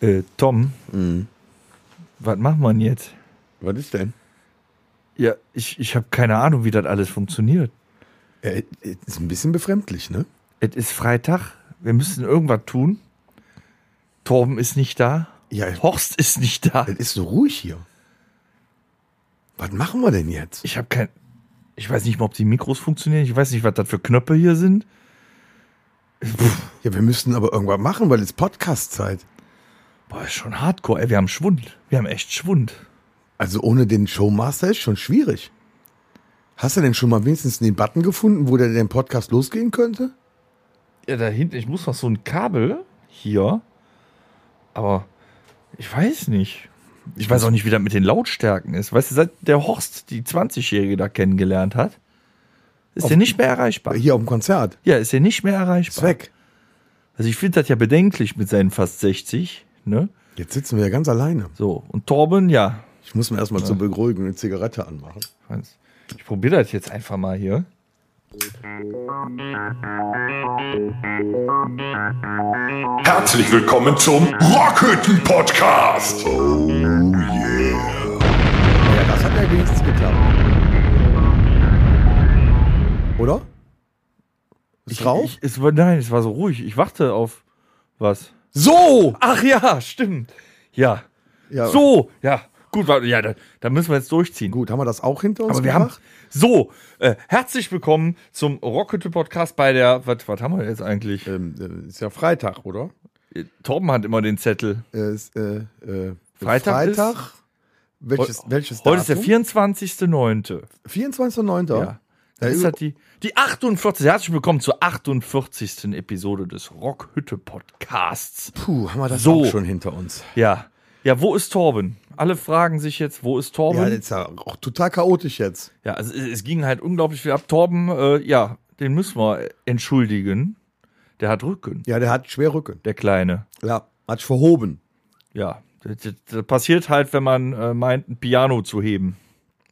Äh, Tom, was macht man jetzt? Mhm. Was ist denn? Ja, ich, ich habe keine Ahnung, wie das alles funktioniert. Äh, ist ein bisschen befremdlich, ne? Es ist Freitag, wir müssen irgendwas tun. Torben ist nicht da, Ja, Horst ist nicht da. es ist so ruhig hier. Was machen wir denn jetzt? Ich habe kein. Ich weiß nicht mal, ob die Mikros funktionieren. Ich weiß nicht, was das für Knöpfe hier sind. Ja, wir müssen aber irgendwas machen, weil es Podcast-Zeit. Boah, ist schon hardcore, ey. Wir haben Schwund. Wir haben echt Schwund. Also ohne den Showmaster ist schon schwierig. Hast du denn schon mal wenigstens den Button gefunden, wo der den Podcast losgehen könnte? Ja, da hinten, ich muss noch so ein Kabel hier. Aber ich weiß nicht. Ich weiß auch nicht, wie das mit den Lautstärken ist. Weißt du, seit der Horst die 20-Jährige da kennengelernt hat, ist der nicht mehr erreichbar. Hier auf dem Konzert. Ja, ist der nicht mehr Ist erreichbar. weg. Also ich finde das ja bedenklich mit seinen fast 60. Ne? Jetzt sitzen wir ja ganz alleine. So, und Torben, ja. Ich muss mir erstmal zur Beruhigung eine Zigarette anmachen. Ich probiere das jetzt einfach mal hier. Herzlich willkommen zum Rockhütten Podcast. Oh yeah. Ja, das hat ja wenigstens geklappt. Oder? Ist drauf? Ich, es war, nein, es war so ruhig. Ich warte auf was. So! Ach ja, stimmt. Ja. Ja, So, ja. Gut, warte, ja, da, da müssen wir jetzt durchziehen. Gut, haben wir das auch hinter uns Aber wir haben. gebracht? So, äh, herzlich willkommen zum Rocket Podcast bei der. Was, was haben wir jetzt eigentlich? Ähm, äh, ist ja Freitag, oder? Äh, Torben hat immer den Zettel. Äh, ist, äh, äh, Freitag ist- Freitag? Welches, welches Heute ist der Datum? 24.09. 24.09. Ja. Dann ist halt das die, die 48. Herzlich willkommen zur 48. Episode des Rockhütte Podcasts. Puh, haben wir das So. auch schon hinter uns. Ja. Ja, wo ist Torben? Alle fragen sich jetzt, wo ist Torben? Ja, das ist ja auch total chaotisch jetzt. Ja, also es, es ging halt unglaublich viel ab. Torben, äh, ja, den müssen wir entschuldigen. Der hat Rücken, Ja, der hat schwer Rücken. der Kleine. Ja, hat sich verhoben. Ja, das, das, das passiert halt, wenn man äh, meint, ein Piano zu heben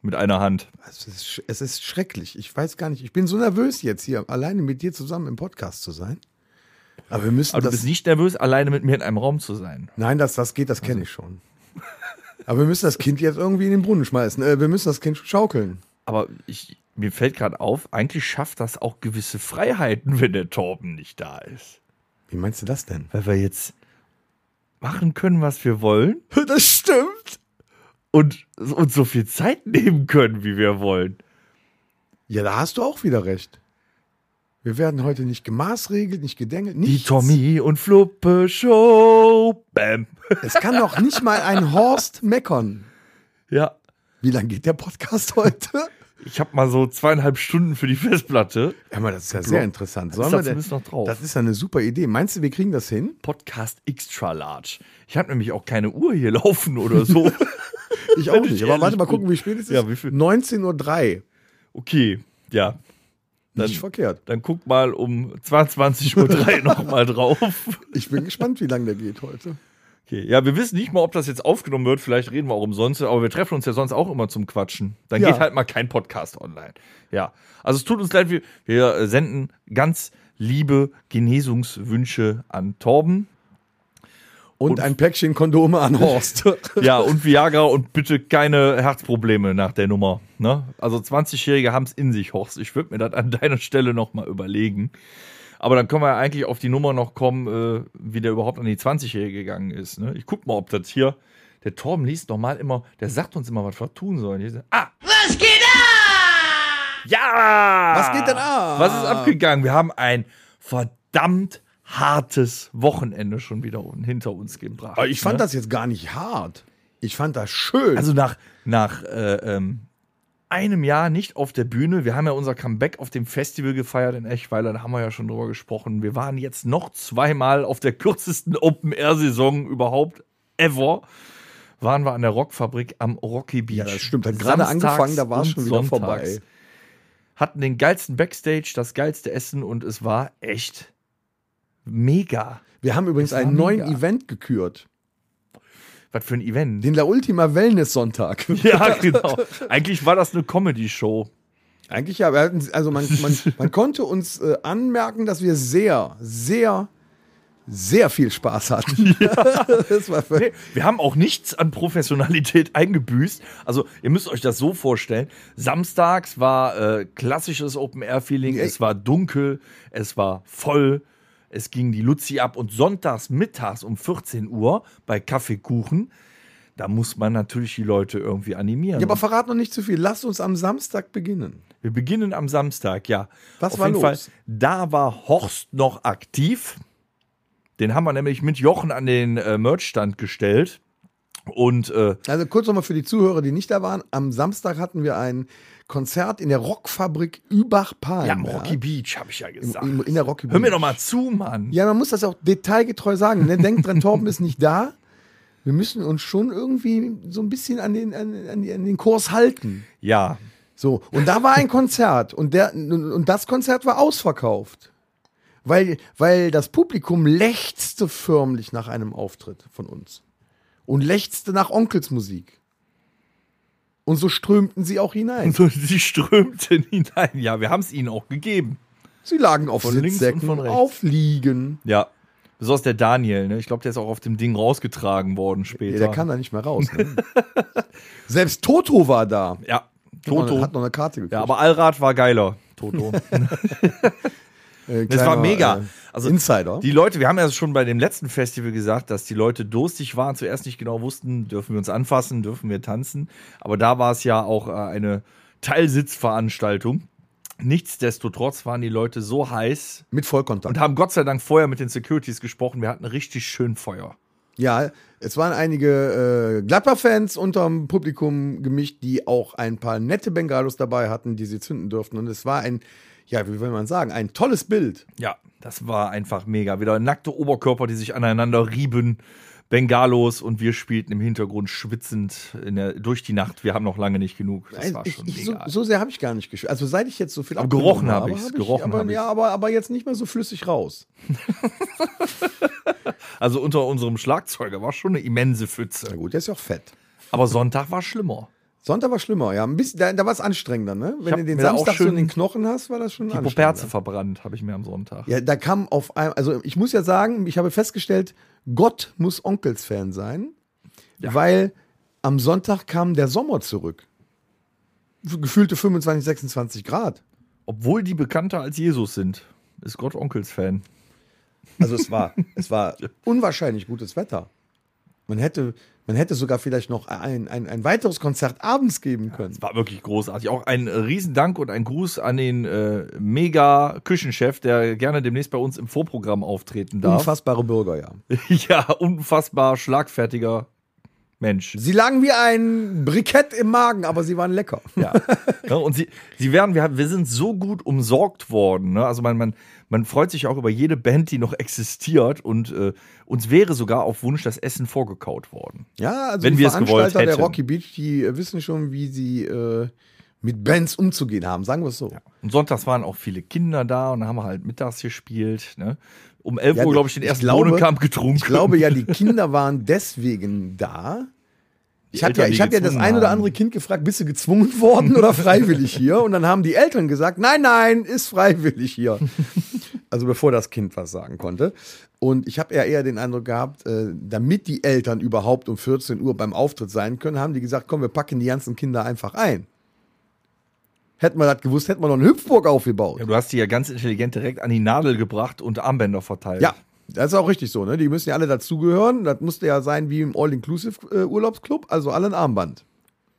mit einer Hand. Es ist, sch- es ist schrecklich. Ich weiß gar nicht. Ich bin so nervös jetzt hier, alleine mit dir zusammen im Podcast zu sein. Aber wir müssen Aber Also du das. bist nicht nervös, alleine mit mir in einem Raum zu sein. nein, dass das geht, das kenne Also ich schon. Aber wir müssen das Kind jetzt irgendwie in den Brunnen schmeißen. Äh, wir müssen das Kind schaukeln. Aber ich, mir fällt gerade auf, eigentlich schafft das auch gewisse Freiheiten, wenn der Torben nicht da ist. Wie meinst du das denn? Weil wir jetzt machen können, was wir wollen Das stimmt. und uns so viel Zeit nehmen können, wie wir wollen. Ja, da hast du auch wieder recht. Wir werden heute nicht gemaßregelt, nicht gedengelt, Die nichts. Tommy und Fluppe Show. Bam. Es kann doch nicht mal ein Horst meckern. Ja. Wie lange geht der Podcast heute? Ich habe mal so zweieinhalb Stunden für die Festplatte. Ja, aber das ist ja sehr interessant. Sollen ist da wir denn- zumindest noch drauf. Das ist ja eine super Idee. Meinst du, wir kriegen das hin? Podcast extra large. Ich habe nämlich auch keine Uhr hier laufen oder so. Ich Wenn ich auch nicht. Aber ehrlich warte mal bin. gucken, wie spät es ist. Ja, wie viel? 19.03 Uhr. Okay, ja. Dann, Nicht verkehrt. dann guck mal um 22.03 Uhr nochmal drauf. Ich bin gespannt, wie lange der geht heute. Okay. Ja, wir wissen nicht mal, ob das jetzt aufgenommen wird. Vielleicht reden wir auch umsonst. Aber wir treffen uns ja sonst auch immer zum Quatschen. Dann Ja. geht halt mal kein Podcast online. Ja. Also es tut uns leid, wir, wir äh, senden ganz liebe Genesungswünsche an Torben. Und, Und- Ah. ein Päckchen Kondome an Horst. Ja, und Viagra und bitte keine Herzprobleme nach der Nummer. Ne? Also 20-Jährige haben es in sich, Horst. Ich würde mir das an deiner Stelle nochmal überlegen. Aber dann können wir ja eigentlich auf die Nummer noch kommen, äh, wie der überhaupt an die 20-Jährige gegangen ist. Ne? Ich guck mal, ob das hier. Der Torben liest normal immer, der sagt uns immer, was wir tun sollen. Hier ist- Ah! Was geht ab? Ja! Was geht denn ab? Was ist abgegangen? Wir haben ein verdammt hartes Wochenende schon wieder hinter uns gebracht. Aber Ah, ich fand ne? das jetzt gar nicht hart. Ich fand das schön. Also nach, nach äh, ähm, einem Jahr nicht auf der Bühne. Wir haben ja unser Comeback auf dem Festival gefeiert in Eschweiler. Da haben wir ja schon drüber gesprochen. Wir waren jetzt noch zweimal auf der kürzesten Open-Air-Saison überhaupt ever. Waren wir an der Rockfabrik am Rocky Beach. ja, das stimmt. Hat gerade Samstags angefangen, da war es und schon wieder sonntags. vorbei. Hatten den geilsten Backstage, das geilste Essen und es war echt mega. Wir haben übrigens Das war einen neuen mega. Event gekürt. Was für ein Event. Den La Ultima Wellness Sonntag. Ja, genau. Eigentlich war das eine Comedy-Show. Eigentlich ja, wir hatten, also man, man, man konnte uns äh, anmerken, dass wir sehr, sehr sehr viel Spaß hatten. das war völlig- Nee, wir haben auch nichts an Professionalität eingebüßt. Also ihr müsst euch das so vorstellen. Samstags war äh, klassisches Open-Air-Feeling. Es war dunkel, es war voll, es ging die Luzi ab. Und sonntags mittags um 14 Uhr bei Kaffeekuchen, da muss man natürlich die Leute irgendwie animieren. Ja, aber verrat noch nicht zu viel. Lasst uns am Samstag beginnen. wir beginnen am Samstag, ja. Was war los? da war Horst noch aktiv. Den haben wir nämlich mit Jochen an den äh, Merchstand gestellt. Und äh, Also kurz nochmal für die Zuhörer, die nicht da waren. Am Samstag hatten wir ein Konzert in der Rockfabrik Übach-Palm. Ja, am Rocky Beach, habe ich ja gesagt. Im- in der Rocky Hör mir Beach. doch mal zu, Mann. Ja, man muss das auch detailgetreu sagen. Ne? Denkt dran, Torben ist nicht da. Wir müssen uns schon irgendwie so ein bisschen an den, an, an, an den Kurs halten. Ja. So, und da war ein Konzert und, der, und das Konzert war ausverkauft. Weil, weil das Publikum lechzte förmlich nach einem Auftritt von uns. Und lechzte nach Onkelsmusik. Und so strömten sie auch hinein. So, Also, Sie strömten hinein. Ja, wir haben es ihnen auch gegeben. Sie lagen auf Von links und Sitzsäcken, von rechts. auf Liegen. Ja. Besonders der Daniel, ne? Ich glaube, der ist auch auf dem Ding rausgetragen worden später. Ja, der kann da nicht mehr raus. Ne? Selbst Toto war da. Ja, Toto. Toto. Genau, Hat noch eine Karte gekriegt. Ja, aber Allrad war geiler, Toto. Äh, Das war kleiner, mega. äh, Also Insider. Die Leute, wir haben ja schon bei dem letzten Festival gesagt, dass die Leute durstig waren, zuerst nicht genau wussten, dürfen wir uns anfassen, dürfen wir tanzen. Aber da war es ja auch äh, eine Teilsitzveranstaltung. Nichtsdestotrotz waren die Leute so heiß mit Vollkontakt. und haben Gott sei Dank vorher mit den Securities gesprochen. Wir hatten richtig schön Feuer. Ja, es waren einige äh, Gladbach-Fans unterm Publikum gemischt, die auch ein paar nette Bengalos dabei hatten, die sie zünden durften. Und es war ein, ja, wie will man sagen, ein tolles Bild. Ja, das war einfach mega. Wieder nackte Oberkörper, die sich aneinander rieben. Bengalos und wir spielten im Hintergrund schwitzend in der, durch die Nacht. Wir haben noch lange nicht genug. Das war ich, schon ich, so, mega. so sehr habe ich gar nicht gespielt. Also seit ich jetzt so viel Aber abgenommen gerochen habe ich's, hab gerochen aber, habe ja, ich's. aber, aber jetzt nicht mehr so flüssig raus. Also unter unserem Schlagzeuger war schon eine immense Pfütze. Na gut, der ist ja auch fett. Aber Sonntag war schlimmer. Sonntag war schlimmer, ja. Ein bisschen, da, da war es anstrengender, ne? Wenn hab du den mir da auch Samstag so in schön den Knochen hast, war das schon Die Poperze verbrannt habe ich mir am Sonntag. Ja, da kam auf einmal, also ich muss ja sagen, ich habe festgestellt, Gott muss Onkels-Fan sein, weil am Sonntag kam der Sommer zurück. F- Gefühlte 25, 26 Grad. Obwohl die bekannter als Jesus sind, ist Gott Onkels Fan. Also es war, es war unwahrscheinlich gutes Wetter. Man hätte, man hätte sogar vielleicht noch ein, ein, ein weiteres Konzert abends geben können. Es war wirklich großartig. Auch ein Riesendank und ein Gruß an den äh, Mega-Küchenchef, der gerne demnächst bei uns im Vorprogramm auftreten darf. Unfassbare Bürger, ja. ja, unfassbar schlagfertiger Mensch. Sie lagen wie ein Brikett im Magen, aber sie waren lecker. Ja. ja und sie, sie werden, wir, haben- wir sind so gut umsorgt worden. Ne? Also man, man, man freut sich auch über jede Band, die noch existiert. Und äh, uns wäre sogar auf Wunsch das Essen vorgekaut worden. Ja, also Wenn die wir es Veranstalter gewollt der hätten. Rocky Beach, die äh, wissen schon, wie sie äh, mit Bands umzugehen haben, sagen wir es so. Und sonntags waren auch viele Kinder da und haben halt mittags gespielt. Ne? Um 11 Uhr, glaube ich, den ersten glaube- Bohnenkamp getrunken. Ich glaube ja, die Kinder waren deswegen da. Ich habe ja, Eltern, die ich hab ja das gezwungen ein oder haben. andere Kind gefragt, bist du gezwungen worden oder freiwillig hier? Und dann haben die Eltern gesagt, nein, nein, ist freiwillig hier. Also bevor das Kind was sagen konnte. Und ich habe ja eher den Eindruck gehabt, äh, damit die Eltern überhaupt um 14 Uhr beim Auftritt sein können, haben die gesagt, komm, wir packen die ganzen Kinder einfach ein. Hätten wir das gewusst, hätten wir noch einen Hüpfburg aufgebaut. ja, du hast die ja ganz intelligent direkt an die Nadel gebracht und Armbänder verteilt. Ja, das ist auch richtig so, ne? Die müssen ja alle dazugehören. Das musste ja sein wie im All-Inclusive-Urlaubsclub, also alle ein Armband.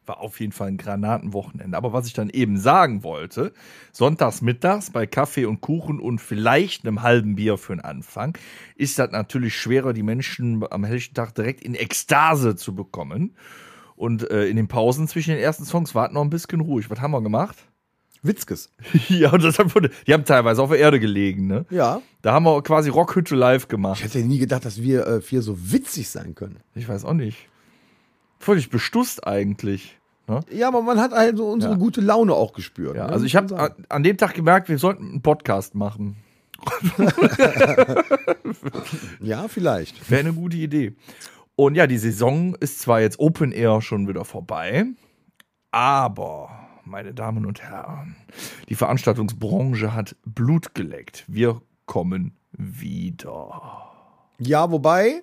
War auf jeden Fall ein Granatenwochenende. Aber was ich dann eben sagen wollte, sonntags mittags bei Kaffee und Kuchen und vielleicht einem halben Bier für den Anfang, ist das natürlich schwerer, die Menschen am helllichen Tag direkt in Ekstase zu bekommen. Und äh, in den Pausen zwischen den ersten Songs war es noch ein bisschen ruhig. Was haben wir gemacht? Witzkes. ja, und das haben wir, die haben teilweise auf der Erde gelegen, ne? Ja. Da haben wir quasi Rockhütte live Ich gemacht. hätte nie gedacht, dass wir äh, vier so witzig sein können. Ich weiß auch nicht. Völlig bestusst eigentlich. Ne? Ja, aber man hat also unsere Ja. gute Laune auch gespürt. Ja, ne? also Muss ich man habe sagen. an, an dem Tag gemerkt, wir sollten einen Podcast machen. Ja, vielleicht. Wäre eine gute Idee. Und ja, die Saison ist zwar jetzt Open Air schon wieder vorbei, aber, meine Damen und Herren, die Veranstaltungsbranche hat Blut geleckt. Wir kommen wieder. Ja, wobei.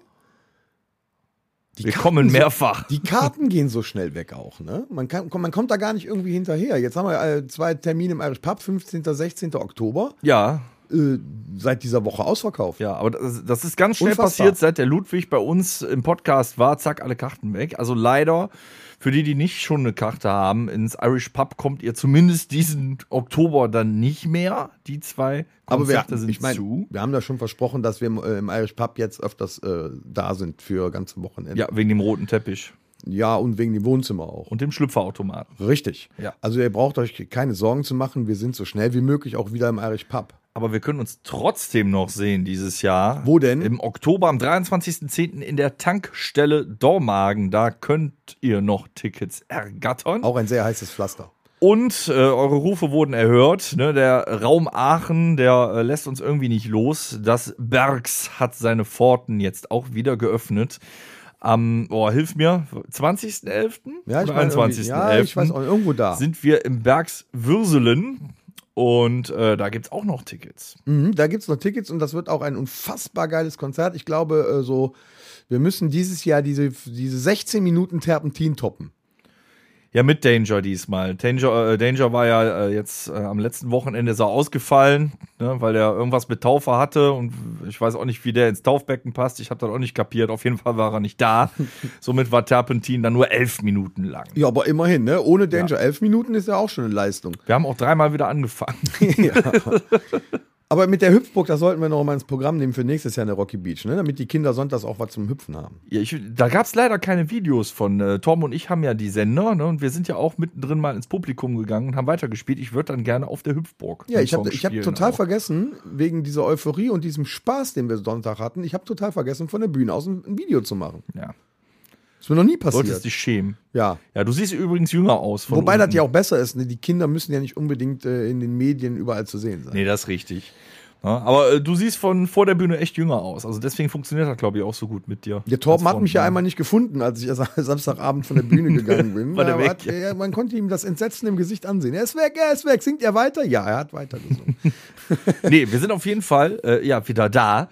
Die Wir Karten kommen so- mehrfach. Die Karten gehen so schnell weg auch, ne? Man, kann, man kommt da gar nicht irgendwie hinterher. Jetzt haben wir äh, zwei Termine im Irish Pub, 15. 16. Oktober. Ja, Äh, seit dieser Woche ausverkauft. ja, aber das, das ist ganz schnell Unfassbar. passiert, seit der Ludwig bei uns im Podcast war, zack, alle Karten weg. Also leider, für die, die nicht schon eine Karte haben, ins Irish Pub kommt ihr zumindest diesen Oktober dann nicht mehr. Die zwei Aber wir, Konzerte sind ich mein, zu. wir haben da schon versprochen, dass wir im, äh, im Irish Pub jetzt öfters äh, da sind für ganze Wochenende. Ja, wegen dem roten Teppich ja, und wegen dem Wohnzimmer auch. und dem Schlüpferautomaten. Richtig. Ja. Also ihr braucht euch keine Sorgen zu machen. Wir sind so schnell wie möglich auch wieder im Irish Pub. Aber wir können uns trotzdem noch sehen dieses Jahr. Wo denn? Im Oktober, am 23.10. in der Tankstelle Dormagen. Da könnt ihr noch Tickets ergattern. Auch ein sehr heißes Pflaster. Und äh, eure Rufe wurden erhört. Ne? Der Raum Aachen, der äh, lässt uns irgendwie nicht los. Das Bergs hat seine Pforten jetzt auch wieder geöffnet. Am, oh, hilf mir, 20.11.? Oder meine irgendwie- Ja, ich weiß auch irgendwo da. sind wir im Bergs Würselen. Und äh, da gibt es auch noch Tickets. Mhm, da gibt es noch Tickets und das wird auch ein unfassbar geiles Konzert. Ich glaube, äh, so, wir müssen dieses Jahr diese, diese 16 Minuten Terpentin toppen. Ja, mit Danger diesmal. Danger, äh, Danger war ja äh, jetzt äh, am letzten Wochenende so ausgefallen, ne, weil er irgendwas mit Taufe hatte und ich weiß auch nicht, wie der ins Taufbecken passt. Ich habe das auch nicht kapiert. Auf jeden Fall war er nicht da. Somit war Terpentin dann nur elf Minuten lang. Ja, aber immerhin, ne? Ohne Danger. 11 Minuten ist ja auch schon eine Leistung. Wir haben auch dreimal wieder angefangen. Aber mit der Hüpfburg, das sollten wir noch mal ins Programm nehmen für nächstes Jahr in der Rocky Beach, ne? Damit die Kinder sonntags auch was zum Hüpfen haben. Ja, ich, da gab's leider keine Videos von. Äh, Tom und ich haben ja die Sender ne, und wir sind ja auch mittendrin mal ins Publikum gegangen und haben weitergespielt. Ich würde dann gerne auf der Hüpfburg. Ja, den ich habe Song ich hab spielen total auch. vergessen, wegen dieser Euphorie und diesem Spaß, den wir Sonntag hatten, ich habe total vergessen, von der Bühne aus ein, ein Video zu machen. Ja. Ist mir noch nie passiert. Solltest dich schämen. ja. Ja, du siehst übrigens jünger aus. Von Wobei unten. das ja auch besser ist. Ne? Die Kinder müssen ja nicht unbedingt äh, in den Medien überall zu sehen sein. Nee, das ist richtig. Ja, aber äh, du siehst von vor der Bühne echt jünger aus. Also deswegen funktioniert das, glaube ich, auch so gut mit dir. Der Torben Als hat mich ja Frontmann. einmal nicht gefunden, als ich am Samstagabend von der Bühne gegangen bin. War der Aber weg, hat, ja. er- man konnte ihm das Entsetzen im Gesicht ansehen. Er ist weg, er ist weg. Singt er weiter? Ja, er hat weitergesungen. Nee, wir sind auf jeden Fall äh, ja wieder da.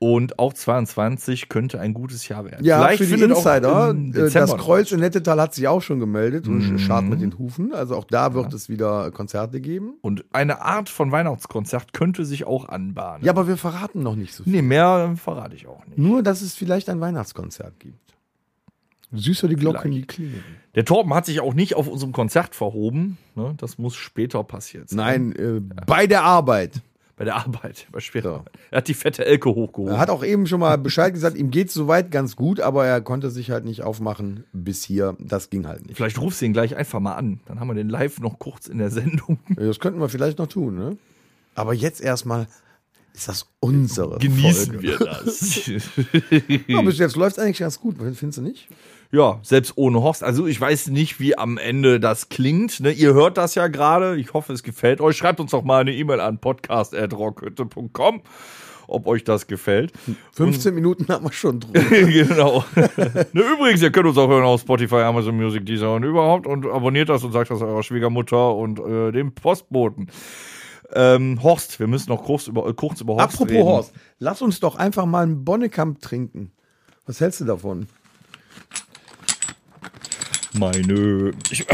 Und auch 22 könnte ein gutes Jahr werden. Ja, Vielleicht für die findet auch Insider. im äh, Dezember Mhm. Das Kreuz in Nettetal hat sich auch schon gemeldet und schart mit den Hufen. Also auch da wird es wieder Konzerte geben. Und eine Art von Weihnachtskonzert könnte sich auch anbahnen. Ja, aber wir verraten noch nicht so viel. Nee, mehr äh, verrate ich auch nicht. Nur, dass es vielleicht ein Weihnachtskonzert gibt. Süßer die Glocken, die Vielleicht. klingen. Der Torben hat sich auch nicht auf unserem Konzert verhoben. Ne? Das muss später passiert sein. Nein, äh, bei der Arbeit. Bei der Arbeit, bei schwerer Ja. Arbeit. Er hat die fette Elke hochgehoben. Er hat auch eben schon mal Bescheid gesagt, ihm geht soweit ganz gut, aber er konnte sich halt nicht aufmachen bis hier. Das ging halt nicht. Vielleicht rufst du ihn gleich einfach mal an. Dann haben wir den live noch kurz in der Sendung. Das könnten wir vielleicht noch tun, ne? Aber jetzt erstmal ist das unsere Genießen Folge. wir das. Ja, bis jetzt läuft es eigentlich ganz gut, findest du nicht? ja, selbst ohne Horst. Also ich weiß nicht, wie am Ende das klingt. Ne? Ihr hört das ja gerade. Ich hoffe, es gefällt euch. Schreibt uns doch mal eine E-Mail an podcast.rockhütte.com, ob euch das gefällt. 15 Minuten haben wir schon drüber. genau. ne, übrigens, ihr könnt uns auch hören auf Spotify, Amazon Music, Deezer und überhaupt. Und abonniert das und sagt das eurer Schwiegermutter und äh, dem Postboten. Ähm, Horst, wir müssen noch kurz über, äh, kurz über Horst Apropos reden. Horst, lass uns doch einfach mal einen Bonnekamp trinken. Was hältst du davon? Meine. Ich,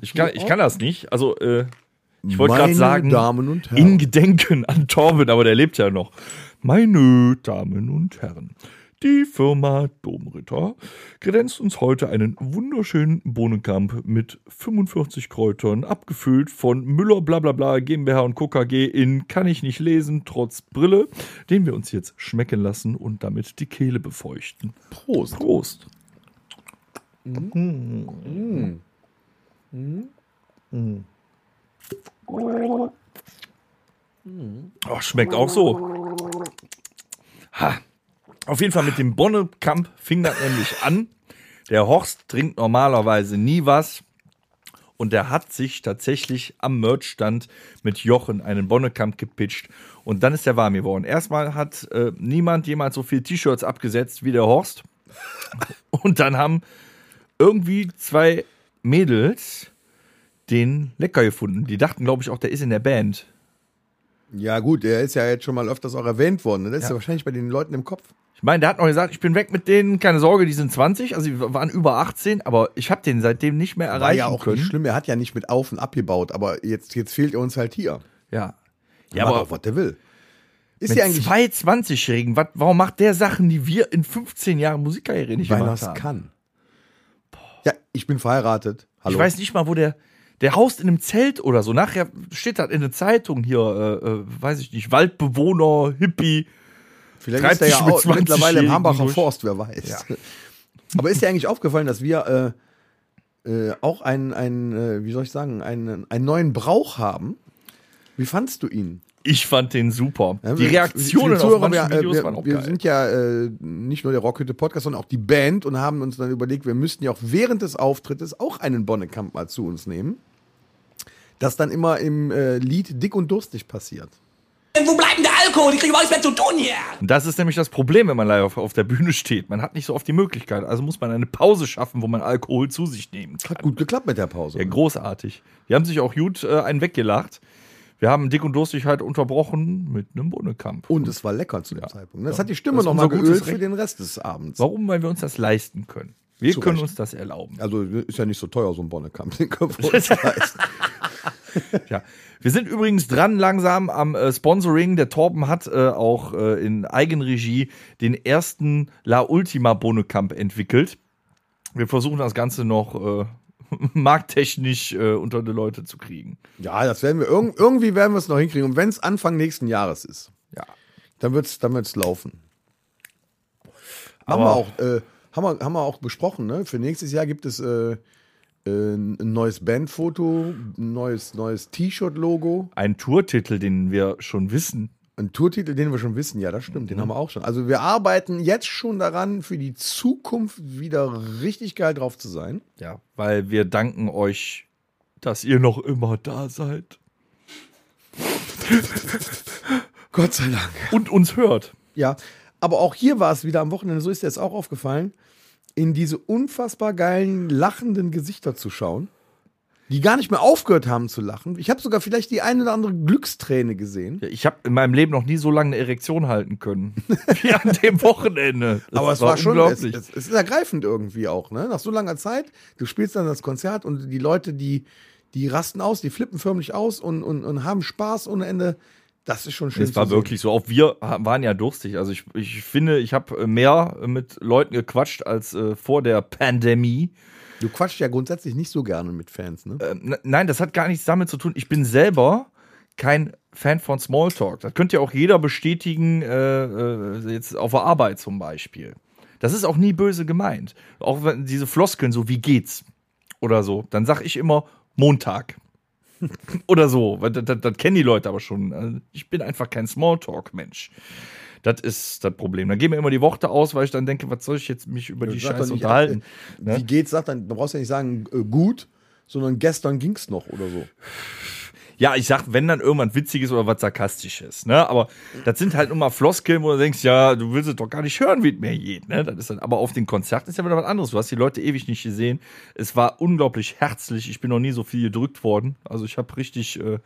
ich, kann, ich kann das nicht. Also, äh, ich wollte gerade Meine sagen, Damen und Herren. in Gedenken an Torben, aber der lebt ja noch. Meine Damen und Herren, die Firma Domritter kredenzt uns heute einen wunderschönen Bohnenkamp mit 45 Kräutern, abgefüllt von Müller blablabla GmbH und Co. KG in Kann ich nicht lesen, trotz Brille, den wir uns jetzt schmecken lassen und damit die Kehle befeuchten. Prost. Prost. Oh, schmeckt auch so. Ha. Auf jeden Fall mit dem Bonnekamp fing das nämlich an. Der Horst trinkt normalerweise nie was. Und er hat sich tatsächlich am Merchstand mit Jochen einen Bonnekamp gepitcht. Und dann ist er warm geworden. Erstmal hat äh, niemand jemals so viel T-Shirts abgesetzt wie der Horst. Und dann haben irgendwie zwei Mädels den lecker gefunden. Die dachten, glaube ich, auch der ist in der Band. Ja, gut, der ist ja jetzt schon mal öfters auch erwähnt worden. ne? Das ist ja wahrscheinlich bei den Leuten im Kopf. Ich meine, der hat noch gesagt, ich bin weg mit denen, keine Sorge, die sind 20, also die waren über 18, aber ich habe den seitdem nicht mehr War erreichen ja auch können. nicht schlimm. Er hat ja nicht mit auf und abgebaut, aber jetzt, jetzt fehlt er uns halt hier. Ja. Er Ja, macht aber auch, was der will. Ist mit ja eigentlich zwei 20-Jährigen, wat- warum macht der Sachen, die wir in 15 Jahren Musikkarriere nicht weil gemacht das haben? kann. Ja, ich bin verheiratet. Hallo. Ich weiß nicht mal, wo der, der haust in einem Zelt oder so. Nachher steht das in der Zeitung hier, äh, äh, weiß ich nicht, Waldbewohner, Hippie. Vielleicht Treibt ist er sich ja mit auch 20 mittlerweile im Jährigen Hambacher durch. Forst, wer weiß. Aber ist dir eigentlich aufgefallen, dass wir äh, äh, auch einen, einen äh, wie soll ich sagen, einen, einen neuen Brauch haben? Wie fandst du ihn? Ich fand den super. Ja, die wir- Reaktionen für die auf Zuhörer, manche wir, äh, Videos wir, waren auch Wir geil. sind ja äh, nicht nur der Rockhütte Podcast, sondern auch die Band und haben uns dann überlegt, wir müssten ja auch während des Auftrittes auch einen Bonnekamp mal zu uns nehmen. Das dann immer im äh, Lied dick und durstig passiert. Wo bleibt denn der Alkohol? Ich kriege überhaupt nichts mehr zu tun hier. Und das ist nämlich das Problem, wenn man live auf, auf der Bühne steht. Man hat nicht so oft die Möglichkeit. Also muss man eine Pause schaffen, wo man Alkohol zu sich nehmen kann. Hat gut geklappt mit der Pause. Ja, großartig. Die haben sich auch gut äh, einen weggelacht. Wir haben dick und durstig halt unterbrochen mit einem Bonnekamp. Und es war lecker zu dem Zeitpunkt. ne? Das hat die Das Stimme ist nochmal unser gutes geölt für Recht. den Rest des Abends. Warum? Weil wir uns das leisten können. Wir Zu können Recht. uns das erlauben. Also ist ja nicht so teuer, so ein Bonnekamp. Den können wir uns leisten. Ja. Wir sind übrigens dran langsam am äh, Sponsoring. Der Torben hat äh, auch äh, in Eigenregie den ersten La Ultima Bonnekamp entwickelt. Wir versuchen das Ganze noch äh, markttechnisch äh, unter die Leute zu kriegen. Ja, das werden wir irg irgendwie werden wir es noch hinkriegen. Und wenn es Anfang nächsten Jahres ist, Ja. dann wird es dann wird's laufen. Haben wir, Aber- auch, äh, haben, wir, haben wir auch besprochen, ne? Für nächstes Jahr gibt es äh, äh, ein neues Bandfoto, ein neues, neues T-Shirt-Logo, Ein Tourtitel, den wir schon wissen. einen Tourtitel, den wir schon wissen. Ja, das stimmt, den haben wir auch schon. Also wir arbeiten jetzt schon daran, für die Zukunft wieder richtig geil drauf zu sein. Ja. Weil wir danken euch, dass ihr noch immer da seid Gott sei Dank. und uns hört. Ja, aber auch hier war es wieder am Wochenende, so ist dir jetzt auch aufgefallen, in diese unfassbar geilen, lachenden Gesichter zu schauen, die gar nicht mehr aufgehört haben zu lachen. Ich habe sogar vielleicht die eine oder andere Glücksträne gesehen. Ja, Ich habe in meinem Leben noch nie so lange eine Erektion halten können wie an dem Wochenende. Das aber es war, schon, es, unglaublich. es, es ist ergreifend irgendwie auch, ne? Nach so langer Zeit, du spielst dann das Konzert und die Leute, die, die rasten aus, die flippen förmlich aus und, und, und haben Spaß ohne Ende. Das ist schon schön. Es war zu sehen. wirklich so. Auch wir ha- waren ja durstig. Also ich, ich finde, ich habe mehr mit Leuten gequatscht als äh, vor der Pandemie. Du quatschst ja grundsätzlich nicht so gerne mit Fans, ne? Ähm, n- nein, das hat gar nichts damit zu tun. Ich bin selber kein Fan von Smalltalk. Das könnte ja auch jeder bestätigen, äh, äh, jetzt auf der Arbeit zum Beispiel. Das ist auch nie böse gemeint. Auch wenn diese Floskeln so, wie geht's? Oder so. Dann sag ich immer Montag. Oder so. Weil Das, das, das kennen die Leute aber schon. Also Ich bin einfach kein Smalltalk-Mensch. Das ist das Problem. Dann gehen mir immer die Worte aus, weil ich dann denke, was soll ich jetzt mich über die Sag doch Scheiße nicht, unterhalten? äh, Ne? Wie geht's? Sag dann, dann brauchst du ja nicht sagen, äh, gut, sondern gestern ging's noch oder so. Ja, ich sag, wenn dann irgendwann Witziges oder was Sarkastisches, ne? Aber das sind halt nur mal Floskeln, wo du denkst, ja, du willst es doch gar nicht hören, wie es mir geht, ne? Das ist dann, aber auf den Konzerten ist ja wieder was anderes. Du hast die Leute ewig nicht gesehen. Es war unglaublich herzlich. Ich bin noch nie so viel gedrückt worden. Also ich habe richtig, äh,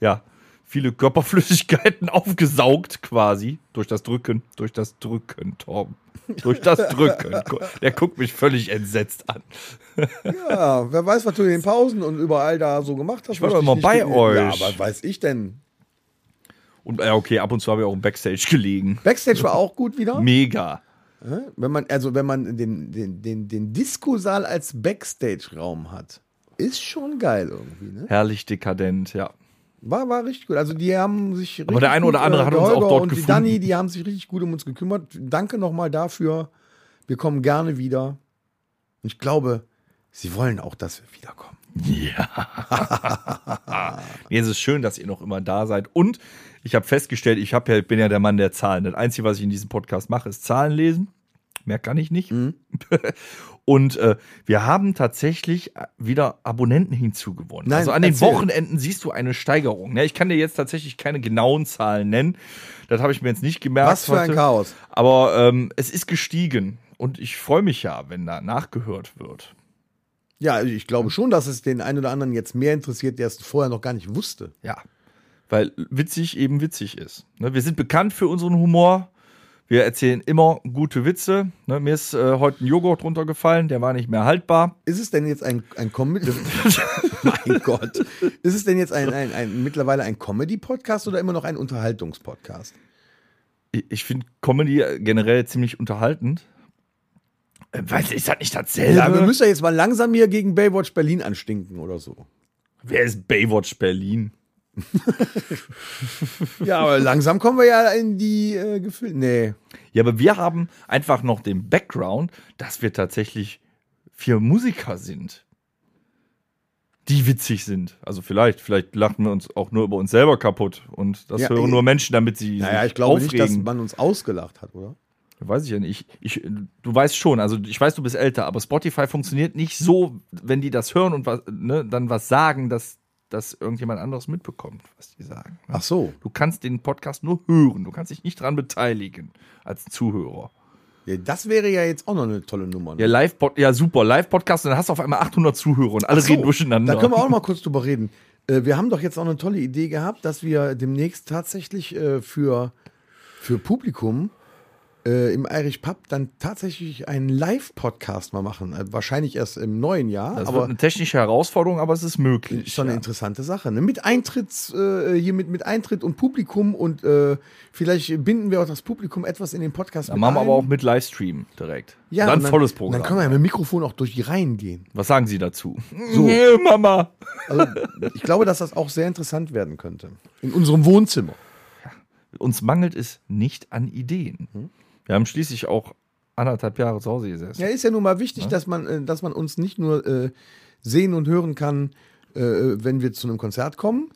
ja, viele Körperflüssigkeiten aufgesaugt quasi durch das Drücken, durch das Drücken, Torben. Durch das Drücken. Der guckt mich völlig entsetzt an. Ja, wer weiß, was du in den Pausen und überall da so gemacht hast. Ich war doch immer bei euch. Ja, aber weiß ich denn? Und ja, okay, ab und zu habe ich auch im Backstage gelegen. Backstage war auch gut wieder. Mega. Wenn man, also wenn man den, den, den, den Disco-Saal als Backstage-Raum hat, ist schon geil irgendwie, ne? Herrlich dekadent, ja. War, war richtig gut. Also die haben sich richtig Aber der eine oder gut, andere äh, hat der uns auch Holger dort und gefunden. Die Dani, die haben sich richtig gut um uns gekümmert. Danke nochmal dafür. Wir kommen gerne wieder. Und ich glaube, sie wollen auch, dass wir wiederkommen. Nee, es ist schön, dass ihr noch immer da seid. Und ich habe festgestellt, ich hab ja, bin ja der Mann der Zahlen. Das Einzige, was ich in diesem Podcast mache, ist Zahlen lesen. Mehr kann ich nicht. Mhm. Und äh, wir haben tatsächlich äh, wieder Abonnenten hinzugewonnen. Nein, also an den erzähl. Wochenenden siehst du eine Steigerung. Ne, ich kann dir jetzt tatsächlich keine genauen Zahlen nennen. Das habe ich mir jetzt nicht gemerkt. Was für ein heute. Chaos. Aber ähm, es ist gestiegen. Und ich freue mich ja, wenn da nachgehört wird. Ja, ich glaube schon, dass es den einen oder anderen jetzt mehr interessiert, der es vorher noch gar nicht wusste. Ja. Weil witzig eben witzig ist. Ne, Wir sind bekannt für unseren Humor. Wir erzählen immer gute Witze. Ne, mir ist äh, heute ein Joghurt runtergefallen, der war nicht mehr haltbar. Ist es denn jetzt ein, ein Comedy? mein Gott. Ist es denn jetzt ein, ein, ein mittlerweile ein Comedy-Podcast oder immer noch ein Unterhaltungspodcast? Ich, ich finde Comedy generell ziemlich unterhaltend. Äh, Weiß ist das nicht dasselbe? Ja, wir müssen ja jetzt mal langsam hier gegen Baywatch Berlin anstinken oder so. Wer ist Baywatch Berlin? Ja, aber langsam kommen wir ja in die äh, Gefühle. Nee. Ja, aber wir haben einfach noch den Background, dass wir tatsächlich vier Musiker sind, die witzig sind. Also vielleicht, vielleicht lachen wir uns auch nur über uns selber kaputt und das Ja, hören ich- nur Menschen, damit sie Naja, sich ich glaube nicht, dass aufregen. man uns ausgelacht hat, oder? Weiß ich ja nicht. Ich, ich, du weißt schon, also ich weiß, du bist älter, aber Spotify funktioniert nicht so, wenn die das hören und was, ne, dann was sagen, dass, dass irgendjemand anderes mitbekommt, was die sagen. ne? Ach so. Du kannst den Podcast nur hören, du kannst dich nicht dran beteiligen als Zuhörer. Ja, das wäre ja jetzt auch noch eine tolle Nummer. ne? Ja, live -Pod ja super, Live-Podcast und dann hast du auf einmal 800 Zuhörer und alle Ach so, reden durcheinander. Da können wir auch noch mal kurz drüber reden. Äh, Wir haben doch jetzt auch eine tolle Idee gehabt, dass wir demnächst tatsächlich äh, für, für Publikum äh, im Irish Pub dann tatsächlich einen Live-Podcast mal machen. Äh, Wahrscheinlich erst im neuen Jahr, das aber wird eine technische Herausforderung, aber es ist möglich. ist schon eine ja. interessante Sache. Ne? Mit Eintritts, äh, hier mit, mit Eintritt und Publikum und äh, vielleicht binden wir auch das Publikum etwas in den Podcast Dann machen wir ein. aber auch mit Livestream direkt. ja, dann, und volles Dann Programm. können wir ja mit dem Mikrofon auch durch die Reihen gehen. Was sagen Sie dazu? Nee, Mama. Also, ich glaube, dass das auch sehr interessant werden könnte. In unserem Wohnzimmer. Uns mangelt es nicht an Ideen. Wir haben schließlich auch anderthalb Jahre zu Hause gesessen. Hm? Ja, ist ja nun mal wichtig, dass man, äh, dass man uns nicht nur äh, sehen und hören kann, äh, wenn wir zu einem Konzert kommen.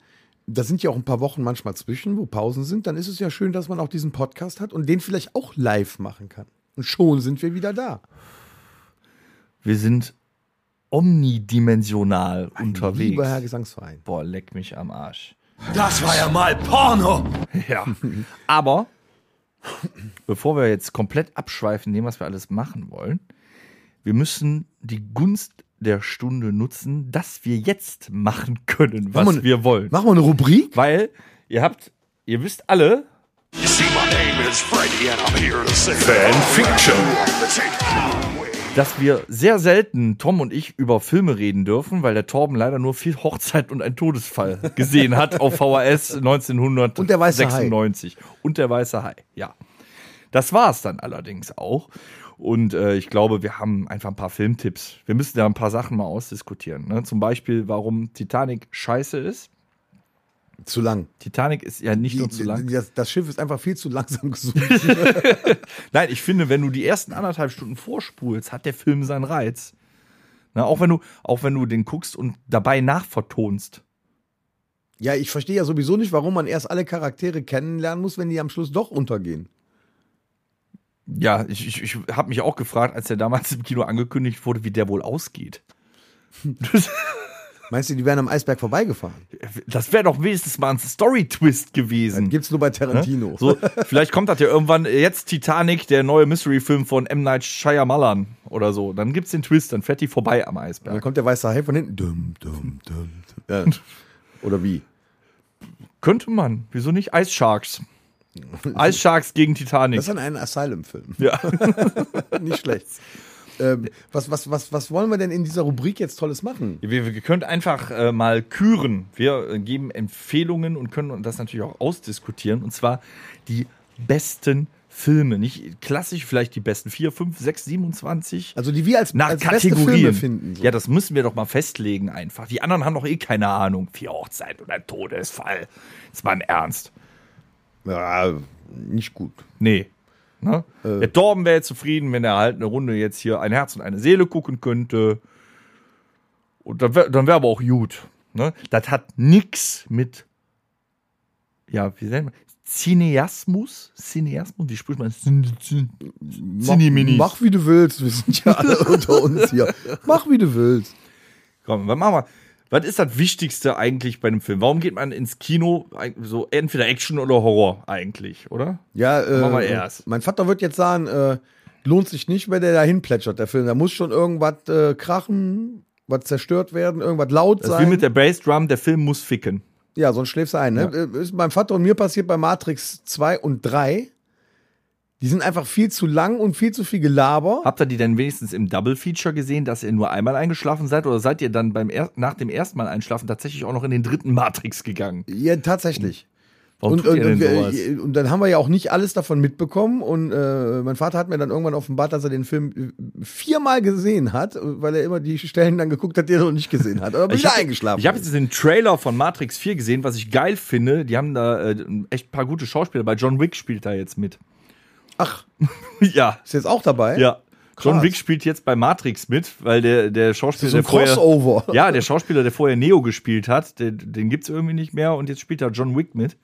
Da sind ja auch ein paar Wochen manchmal zwischen, wo Pausen sind. Dann ist es ja schön, dass man auch diesen Podcast hat und den vielleicht auch live machen kann. Und schon sind wir wieder da. Wir sind omnidimensional unterwegs. Lieber Herr Gesangsverein. Boah, leck mich am Arsch. Das war ja mal Porno. Ja. Aber bevor wir jetzt komplett abschweifen, dem, was wir alles machen wollen, wir müssen die Gunst der Stunde nutzen, dass wir jetzt machen können, was Machen wir- wir wollen. Machen wir eine Rubrik? Weil ihr habt, ihr wisst alle, You see, my name is Freddy, and I'm here to sing. Fanfiction. dass wir sehr selten, Tom und ich, über Filme reden dürfen, weil der Torben leider nur viel Hochzeit und ein Todesfall gesehen hat auf VHS 1996. Und der weiße Hai. Und der weiße Hai, ja. Das war es dann allerdings auch. Und äh, ich glaube, wir haben einfach ein paar Filmtipps. Wir müssen da ein paar Sachen mal ausdiskutieren. Ne? Zum Beispiel, warum Titanic scheiße ist. Zu lang. Titanic ist ja nicht Die, nur zu lang. Das, das Schiff ist einfach viel zu langsam gesucht. Nein, ich finde, wenn du die ersten anderthalb Stunden vorspulst, hat der Film seinen Reiz. Na, auch, wenn du, auch wenn du den guckst und dabei nachvertonst. ja, ich verstehe ja sowieso nicht, warum man erst alle Charaktere kennenlernen muss, wenn die am Schluss doch untergehen. Ja, ich, ich, ich habe mich auch gefragt, als der damals im Kino angekündigt wurde, wie der wohl ausgeht. Meinst du, die wären am Eisberg vorbeigefahren? Das wäre doch wenigstens mal ein Story-Twist gewesen. Gibt's nur bei ne? Tarantino. So, vielleicht kommt das ja irgendwann äh, jetzt Titanic, der neue Mystery-Film von M. Night Shyamalan oder so. Dann gibt's den Twist, dann fährt die vorbei am Und dann Eisberg. kommt der weiße Hai von hinten. Dum, dum, dum, dum. Ja. Oder wie? Könnte man. Wieso nicht? Ice Sharks. Ice Sharks gegen Titanic. Das ist dann ein Asylum-Film. Ja. Nicht schlecht. ähm, was, was, was, was wollen wir denn in dieser Rubrik jetzt Tolles machen? Wir, wir können einfach äh, mal küren. Wir äh, geben Empfehlungen und können das natürlich auch ausdiskutieren. Und zwar die besten Filme. Nicht klassisch vielleicht die besten 4, 5, 6, 27. Also die wir als, Nach als beste Filme Kategorien. finden. so. Ja, das müssen wir doch mal festlegen einfach. Die anderen haben doch eh keine Ahnung. Vier Hochzeit und ein Todesfall. Jetzt mal im Ernst. ja, nicht gut. Nee. Ne? Der Torben wäre zufrieden, wenn er halt eine Runde jetzt hier ein Herz und eine Seele gucken könnte. Und dann wäre dann wär aber auch gut. Ne? Das hat nix mit, ja, wie nennt man, Cineasmus? Cineasmus? Wie spricht man? Mach, Cineminis. mach wie du willst. Wir sind ja alle unter uns hier. Mach wie du willst. Komm, was machen wir? Was ist das Wichtigste eigentlich bei einem Film? Warum geht man ins Kino? So entweder Action oder Horror eigentlich, oder? Ja, äh, Machen wir erst. mein Vater wird jetzt sagen, äh, lohnt sich nicht, wenn der da hinplätschert, der Film. Da muss schon irgendwas äh, krachen, was zerstört werden, irgendwas laut Das ist sein. wie mit der Bassdrum, der Film muss ficken. Äh, Ja, sonst schläfst du ein. Ne? Ist meinem Vater und mir passiert bei Matrix 2 und 3. Die sind einfach viel zu lang und viel zu viel Gelaber. Habt ihr die denn wenigstens im Double Feature gesehen, dass ihr nur einmal eingeschlafen seid oder seid ihr dann beim er nach dem ersten Mal einschlafen tatsächlich auch noch in den dritten Matrix gegangen? Ja, tatsächlich. Warum und, tut und, ihr und, denn wir- äh, sowas? und dann haben wir ja auch nicht alles davon mitbekommen. Und äh, mein Vater hat mir dann irgendwann offenbart, dass er den Film äh, viermal gesehen hat, weil er immer die Stellen dann geguckt hat, die er noch nicht gesehen hat. Aber bin Ich wieder hab- eingeschlafen. Ich habe jetzt den Trailer von Matrix 4 gesehen, was ich geil finde. Die haben da äh, echt ein paar gute Schauspieler. Bei John Wick spielt da jetzt mit. Ach, ja, ist jetzt auch dabei? ja. John Krass. Wick spielt jetzt bei Matrix mit, weil der, der Schauspieler, So ein der vorher. Crossover. Ja, der Schauspieler, der vorher Neo gespielt hat, den, den gibt's irgendwie nicht mehr und jetzt spielt da John Wick mit.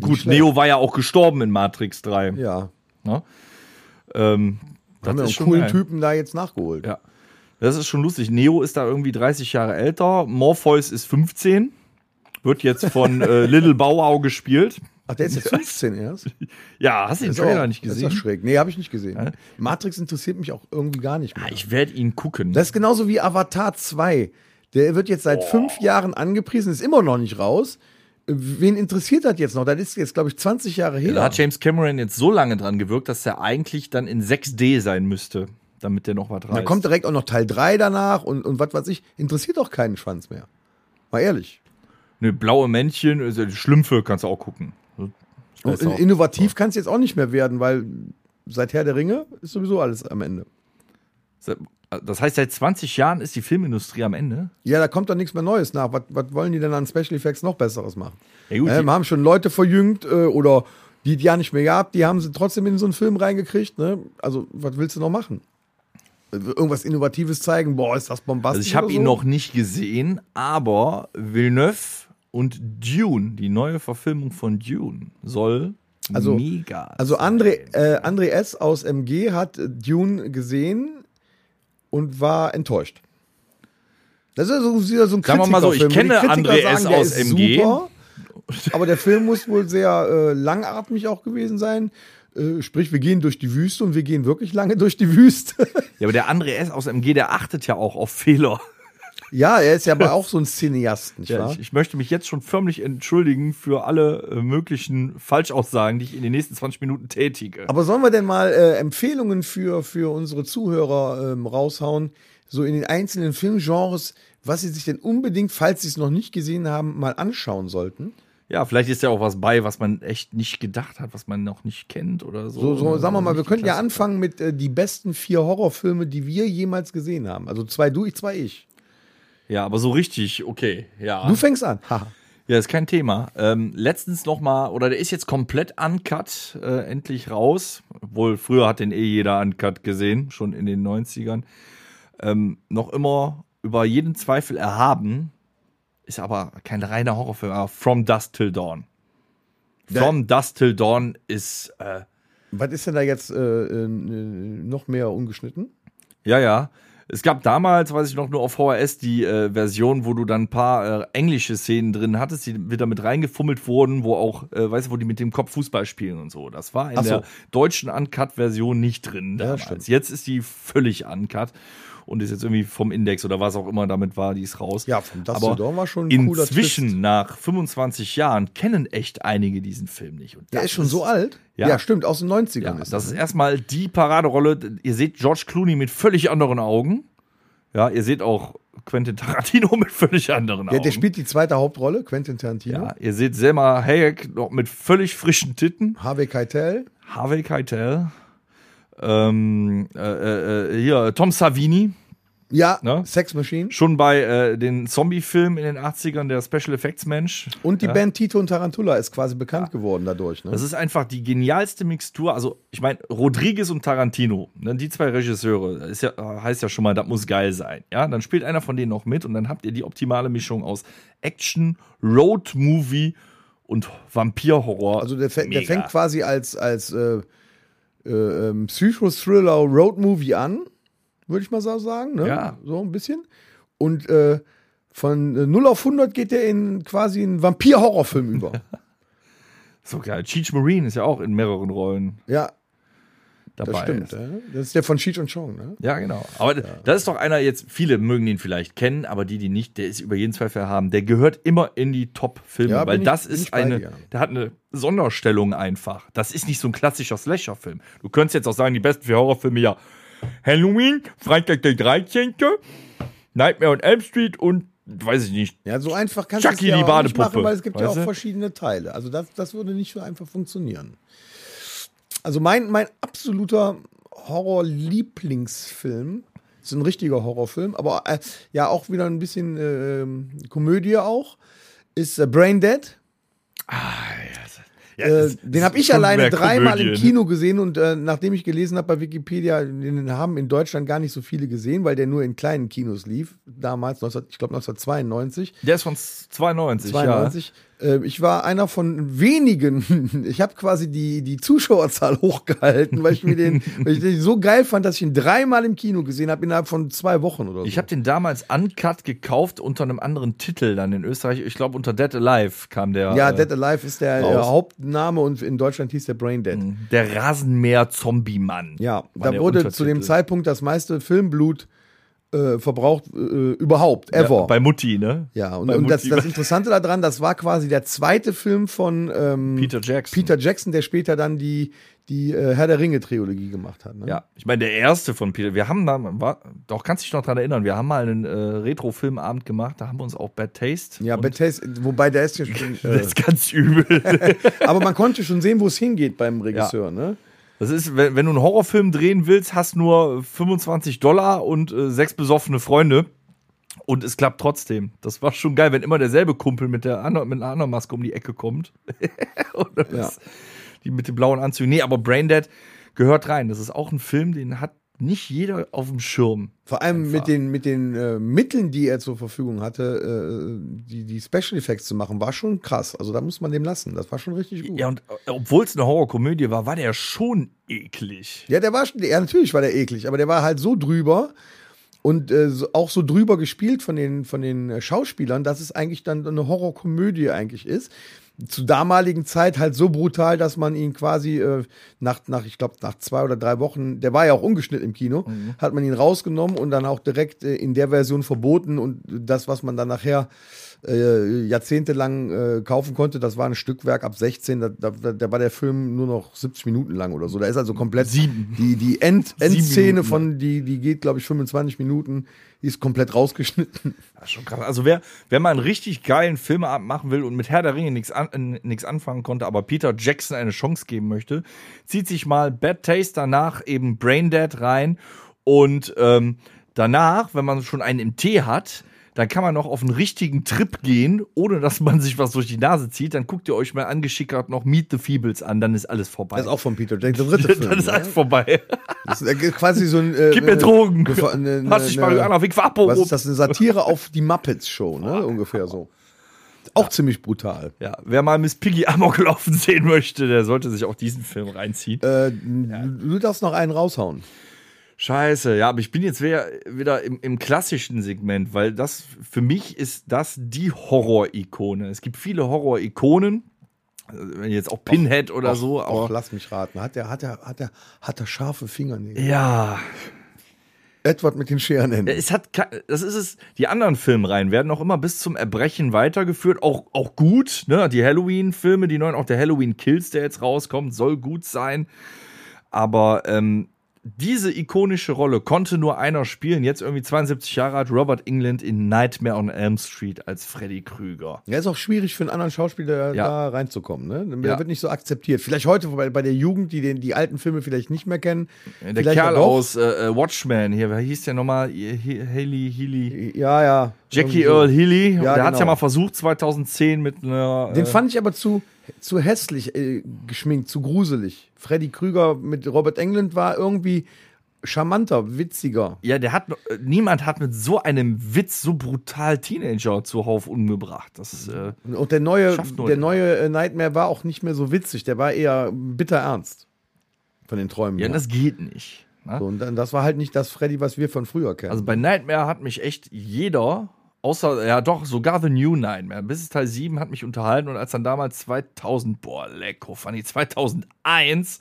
Gut, schlecht. Neo war ja auch gestorben in Matrix 3. Ja. Ne? Ähm, das haben wir ist einen schon coolen geil. Typen da jetzt nachgeholt. Ja. Das ist schon lustig. Neo ist da irgendwie 30 Jahre älter. Morpheus ist 15. Wird jetzt von äh, Little Bauau gespielt. Ach, der ist jetzt 15 erst. Ja, hast du den Ist Trailer auch- nicht Ist gesehen? das schräg. Nee, habe ich nicht gesehen. Matrix interessiert mich auch irgendwie gar nicht mehr. Ich werde ihn gucken. Das ist genauso wie Avatar 2. Der wird jetzt seit fünf Jahren angepriesen, ist immer noch nicht raus. Wen interessiert das jetzt noch? Das ist jetzt, glaube ich, 20 Jahre her. da hat James Cameron jetzt so lange dran gewirkt, dass er eigentlich dann in 6D sein müsste, damit der noch was reißt. da kommt direkt auch noch Teil 3 danach und, und was weiß ich. Interessiert doch keinen Schwanz mehr. Mal ehrlich. ne, blaue Männchen, also Schlümpfe kannst du auch gucken. Und Besser. innovativ kann es jetzt auch nicht mehr werden, weil seit Herr der Ringe ist sowieso alles am Ende. Das heißt, seit 20 Jahren ist die Filmindustrie am Ende. Ja, da kommt doch nichts mehr Neues nach. Was, was wollen die denn an Special Effects noch Besseres machen? Ja, gut, äh, die- haben schon Leute verjüngt äh, oder die, die ja nicht mehr gehabt, die haben sie trotzdem in so einen Film reingekriegt. Ne? Also, was willst du noch machen? Äh, Irgendwas Innovatives zeigen? Boah, ist das bombastisch. Also ich habe oder ihn so? noch nicht gesehen, aber Villeneuve und Dune, die neue Verfilmung von Dune, soll Also- mega. Also, sein. André, äh, André S. aus MG hat äh, Dune gesehen und war enttäuscht. Das ist so, wieder so ein Sagen wir mal so, ich Kritikerfilm, wo die kenne Kritiker André S. der aus ist MG. Super, aber der Film muss wohl sehr äh, langatmig auch gewesen sein. Äh, sprich, wir gehen durch die Wüste und wir gehen wirklich lange durch die Wüste. ja, aber der André S. aus MG, der achtet ja auch auf Fehler. Ja, er ist ja aber auch so ein Cineast, nicht Ja, wahr? ich, ich möchte mich jetzt schon förmlich entschuldigen für alle äh, möglichen Falschaussagen, die ich in den nächsten 20 Minuten tätige. aber sollen wir denn mal äh, Empfehlungen für, für unsere Zuhörer ähm, raushauen, so in den einzelnen Filmgenres, was sie sich denn unbedingt, falls sie es noch nicht gesehen haben, mal anschauen sollten? ja, vielleicht ist ja auch was bei, was man echt nicht gedacht hat, was man noch nicht kennt oder so. So, so sagen wir mal, Oh, Nicht wir die könnten ja Klassiker. anfangen mit äh, die besten vier Horrorfilme, die wir jemals gesehen haben. Also zwei du, ich, zwei ich. Ja, aber so richtig, okay, ja. Du fängst an. Haha. Ja, ist kein Thema. Ähm, letztens nochmal, oder der ist jetzt komplett uncut, äh, endlich raus. Obwohl, früher hat den eh jeder uncut gesehen, schon in den 90ern. Ähm, noch immer über jeden Zweifel erhaben. Ist aber kein reiner Horrorfilm, aber From Dusk Till Dawn. From Dusk Till Dawn ist, äh, Was ist denn da jetzt äh, äh, noch mehr ungeschnitten? ja, ja. Es gab damals, weiß ich noch, nur auf VHS die äh, Version, wo du dann ein paar äh, englische Szenen drin hattest, die wieder mit reingefummelt wurden, wo auch, äh, weißt du, wo die mit dem Kopf Fußball spielen und so. Das war in Ach so. der deutschen Uncut-Version nicht drin Ja, damals. stimmt. jetzt ist die völlig uncut und ist jetzt irgendwie vom Index oder was auch immer damit war, die ist raus. Ja, vom Dust Aber to Dawn war schon ein cooler Inzwischen, nach 25 Jahren, kennen echt einige diesen Film nicht. Und Der das ist schon so alt? Ja. stimmt, aus den 90ern ja, ist das ist erstmal die Paraderolle. Ihr seht George Clooney mit völlig anderen Augen. Ja, ihr seht auch Quentin Tarantino mit völlig anderen Augen. Ja, der spielt die zweite Hauptrolle, Quentin Tarantino. ja, ihr seht Selma Hayek noch mit völlig frischen Titten. Harvey Keitel. Harvey Keitel. Ähm, äh, äh, hier, Tom Savini. Ja, Ne? Sex Machine. Schon bei äh, den Zombie-Filmen in den 80ern, der Special Effects-Mensch. Und die ja. Band Tito und Tarantula ist quasi bekannt geworden dadurch. Ne? Das ist einfach die genialste Mixtur. Also, ich meine, Rodriguez und Tarantino, ne, die zwei Regisseure, das ist ja, heißt ja schon mal, das muss geil sein. Ja, dann spielt einer von denen noch mit und dann habt ihr die optimale Mischung aus Action, Road-Movie und Vampir-Horror. also der, fä- der Mega. fängt quasi als, als äh, äh, ähm, Psycho-Thriller Road-Movie an, würde ich mal so sagen. Ne? Ja. So ein bisschen. Und äh, von äh, 0 auf 100 geht der in quasi einen Vampir-Horrorfilm über. So geil. Cheech Marine ist ja auch in mehreren Rollen. ja. dabei Das stimmt. ist. Ja? Das ist der von Cheech und Chong, ne? Ja, genau. Aber das ist doch einer jetzt, viele mögen ihn vielleicht kennen, aber die, die nicht, der ist über jeden Zweifel haben. Der gehört immer in die Top-Filme, Ja, bin weil ich- das bin ich ist bei eine, dir. der hat eine Sonderstellung einfach. Das ist nicht so ein klassischer Slasher-Film. Du könntest jetzt auch sagen, die besten vier Horrorfilme ja Halloween, Freitag der 13., Nightmare on Elm Street und, weiß ich nicht, Ja, so einfach kannst du es Chucky, ja die auch nicht machen, Badepuppe. weil es gibt ja Weißt auch du? verschiedene Teile. Also das, das würde nicht so einfach funktionieren. Also mein, mein absoluter Horror-Lieblingsfilm, ist ein richtiger Horrorfilm, aber äh, ja auch wieder ein bisschen ähm, Komödie auch, ist äh, Brain Dead. Ah, Ja, Äh, es- den es habe ist ich schon alleine mehr dreimal im Komödie, ne? Kino gesehen und äh, nachdem ich gelesen habe bei Wikipedia, den haben in Deutschland gar nicht so viele gesehen, weil der nur in kleinen Kinos lief. Damals, 19, ich glaube 1992. Der ist von 92, 92. Äh, ich war einer von wenigen. Ich habe quasi die, die Zuschauerzahl hochgehalten, weil ich mir den, weil ich den so geil fand, dass ich ihn dreimal im Kino gesehen habe innerhalb von zwei Wochen oder so. Ich habe den damals uncut gekauft unter einem anderen Titel dann in Österreich. Ich glaube unter Dead Alive kam der. ja, äh, Dead Alive ist der, äh, raus. Hauptname und in Deutschland hieß der Brain Dead. ähm, Der Rasenmäher-Zombie-Mann. Ja, War da der wurde Untertitel. zu dem Zeitpunkt das meiste Filmblut äh, verbraucht äh, überhaupt, ever. Ja, bei Mutti, ne? Ja, und, Bei und das, Mutti. das Interessante daran, das war quasi der zweite Film von ähm, Peter Jackson. Peter Jackson, der später dann die, die äh, Herr der Ringe-Trilogie gemacht hat. Ne? Ja, ich meine, der erste von Peter. Wir haben da, war, doch, kannst dich noch dran erinnern, wir haben mal einen äh, Retro-Filmabend gemacht, da haben wir uns auch Bad Taste. Ja, und- Bad Taste, wobei der ist ja schon, Das äh, ist ganz übel. aber man konnte schon sehen, wo es hingeht beim Regisseur, ne? Das ist, wenn, wenn du einen Horrorfilm drehen willst, hast nur 25 Dollar und äh, sechs besoffene Freunde. Und es klappt trotzdem. Das war schon geil, wenn immer derselbe Kumpel mit, der anderen, mit einer anderen Maske um die Ecke kommt. Oder Ja. was? Die mit dem blauen Anzug. Nee, aber Braindead gehört rein. Das ist auch ein Film, den hat nicht jeder auf dem Schirm. Vor allem mit den, mit den äh, Mitteln, die er zur Verfügung hatte, äh, die, die Special Effects zu machen, war schon krass. Also da muss man dem lassen. Das war schon richtig gut. Ja, und obwohl es eine Horrorkomödie war, war der schon eklig. Ja, der war schon, ja, natürlich war der eklig, aber der war halt so drüber und äh, so, auch so drüber gespielt von den, von den äh, Schauspielern, dass es eigentlich dann eine Horrorkomödie eigentlich ist. Zur damaligen Zeit halt so brutal, dass man ihn quasi äh, nach, nach, ich glaube, nach zwei oder drei Wochen, der war ja auch ungeschnitten im Kino, hat man ihn rausgenommen und dann auch direkt äh, in der Version verboten und das, was man dann nachher äh, jahrzehntelang äh, kaufen konnte, das war ein Stückwerk ab 16, da, da, da war der Film nur noch 70 Minuten lang oder so. Da ist also komplett Sieben. die, die End, Sieben Endszene Minuten. von, die, die geht, glaube ich, 25 Minuten, die ist komplett rausgeschnitten. Ja, schon krass. Also wer, wer mal einen richtig geilen Filmeabend machen will und mit Herr der Ringe nichts an, äh, nix anfangen konnte, aber Peter Jackson eine Chance geben möchte, zieht sich mal Bad Taste danach eben Braindead rein und ähm, danach, wenn man schon einen im Tee hat, dann kann man noch auf einen richtigen Trip gehen, ohne dass man sich was durch die Nase zieht. Dann guckt ihr euch mal angeschickert noch Meet the Feebles an, dann ist alles vorbei. Das ist auch von Peter Jackson, der dritte Film. dann ist alles vorbei. ne? das ist quasi so ein. Äh, Gib mir äh, Drogen. eine- eine- eine- Hast dich Marihuana weg Was ist das? Eine Satire auf die Muppets Show, ne? Ungefähr so. Auch ziemlich brutal. Ja, wer mal Miss Piggy Amok laufen sehen möchte, der sollte sich auch diesen Film reinziehen. Äh, du, du darfst noch einen raushauen. Scheiße, ja, aber ich bin jetzt wieder, wieder im, im klassischen Segment, weil das für mich ist das die Horror-Ikone. Es gibt viele Horror-Ikonen, also wenn jetzt auch Pinhead oder so, Och, aber lass mich raten. Hat der, hat der, hat der, hat der scharfe Fingernägel? ja, Edward mit den Scherenhänden. es hat, ke- das ist es. Die anderen Filmreihen werden auch immer bis zum Erbrechen weitergeführt, auch auch gut. Ne, die Halloween-Filme, die neuen, auch der Halloween Kills, der jetzt rauskommt, soll gut sein. Aber ähm, diese ikonische Rolle konnte nur einer spielen. Jetzt irgendwie 72 Jahre alt Robert England in Nightmare on Elm Street als Freddy Krüger. Ja, ist auch schwierig für einen anderen Schauspieler Ja. da reinzukommen. Ne? Der Ja. wird nicht so akzeptiert. Vielleicht heute bei, bei der Jugend, die den, die alten Filme vielleicht nicht mehr kennen. Der vielleicht Kerl aber doch. aus äh, äh, Watchmen hier, wer hieß der nochmal? Haley Healy. Ja, ja. Jackie Irgendwie so. Earl Healy. der Ja, hat's ja genau. mal versucht 2010 mit einer. Den äh, fand ich aber zu, zu hässlich äh, geschminkt, zu gruselig. Freddy Krüger mit Robert Englund war irgendwie charmanter, witziger. Ja, der hat äh, niemand hat mit so einem Witz so brutal Teenager zuhauf umgebracht. Das ist, äh, Und der neue, Schafft nur- der neue äh, Nightmare war auch nicht mehr so witzig. Der war eher bitter ernst von den Träumen. ja, her. das geht nicht. Ne? so, und dann, das war halt nicht das Freddy, was wir von früher kennen. Also bei Nightmare hat mich echt jeder, außer, ja doch, sogar The New Nightmare, bis Teil 7 hat mich unterhalten und als dann damals 2000, boah, lecker, fand ich 2001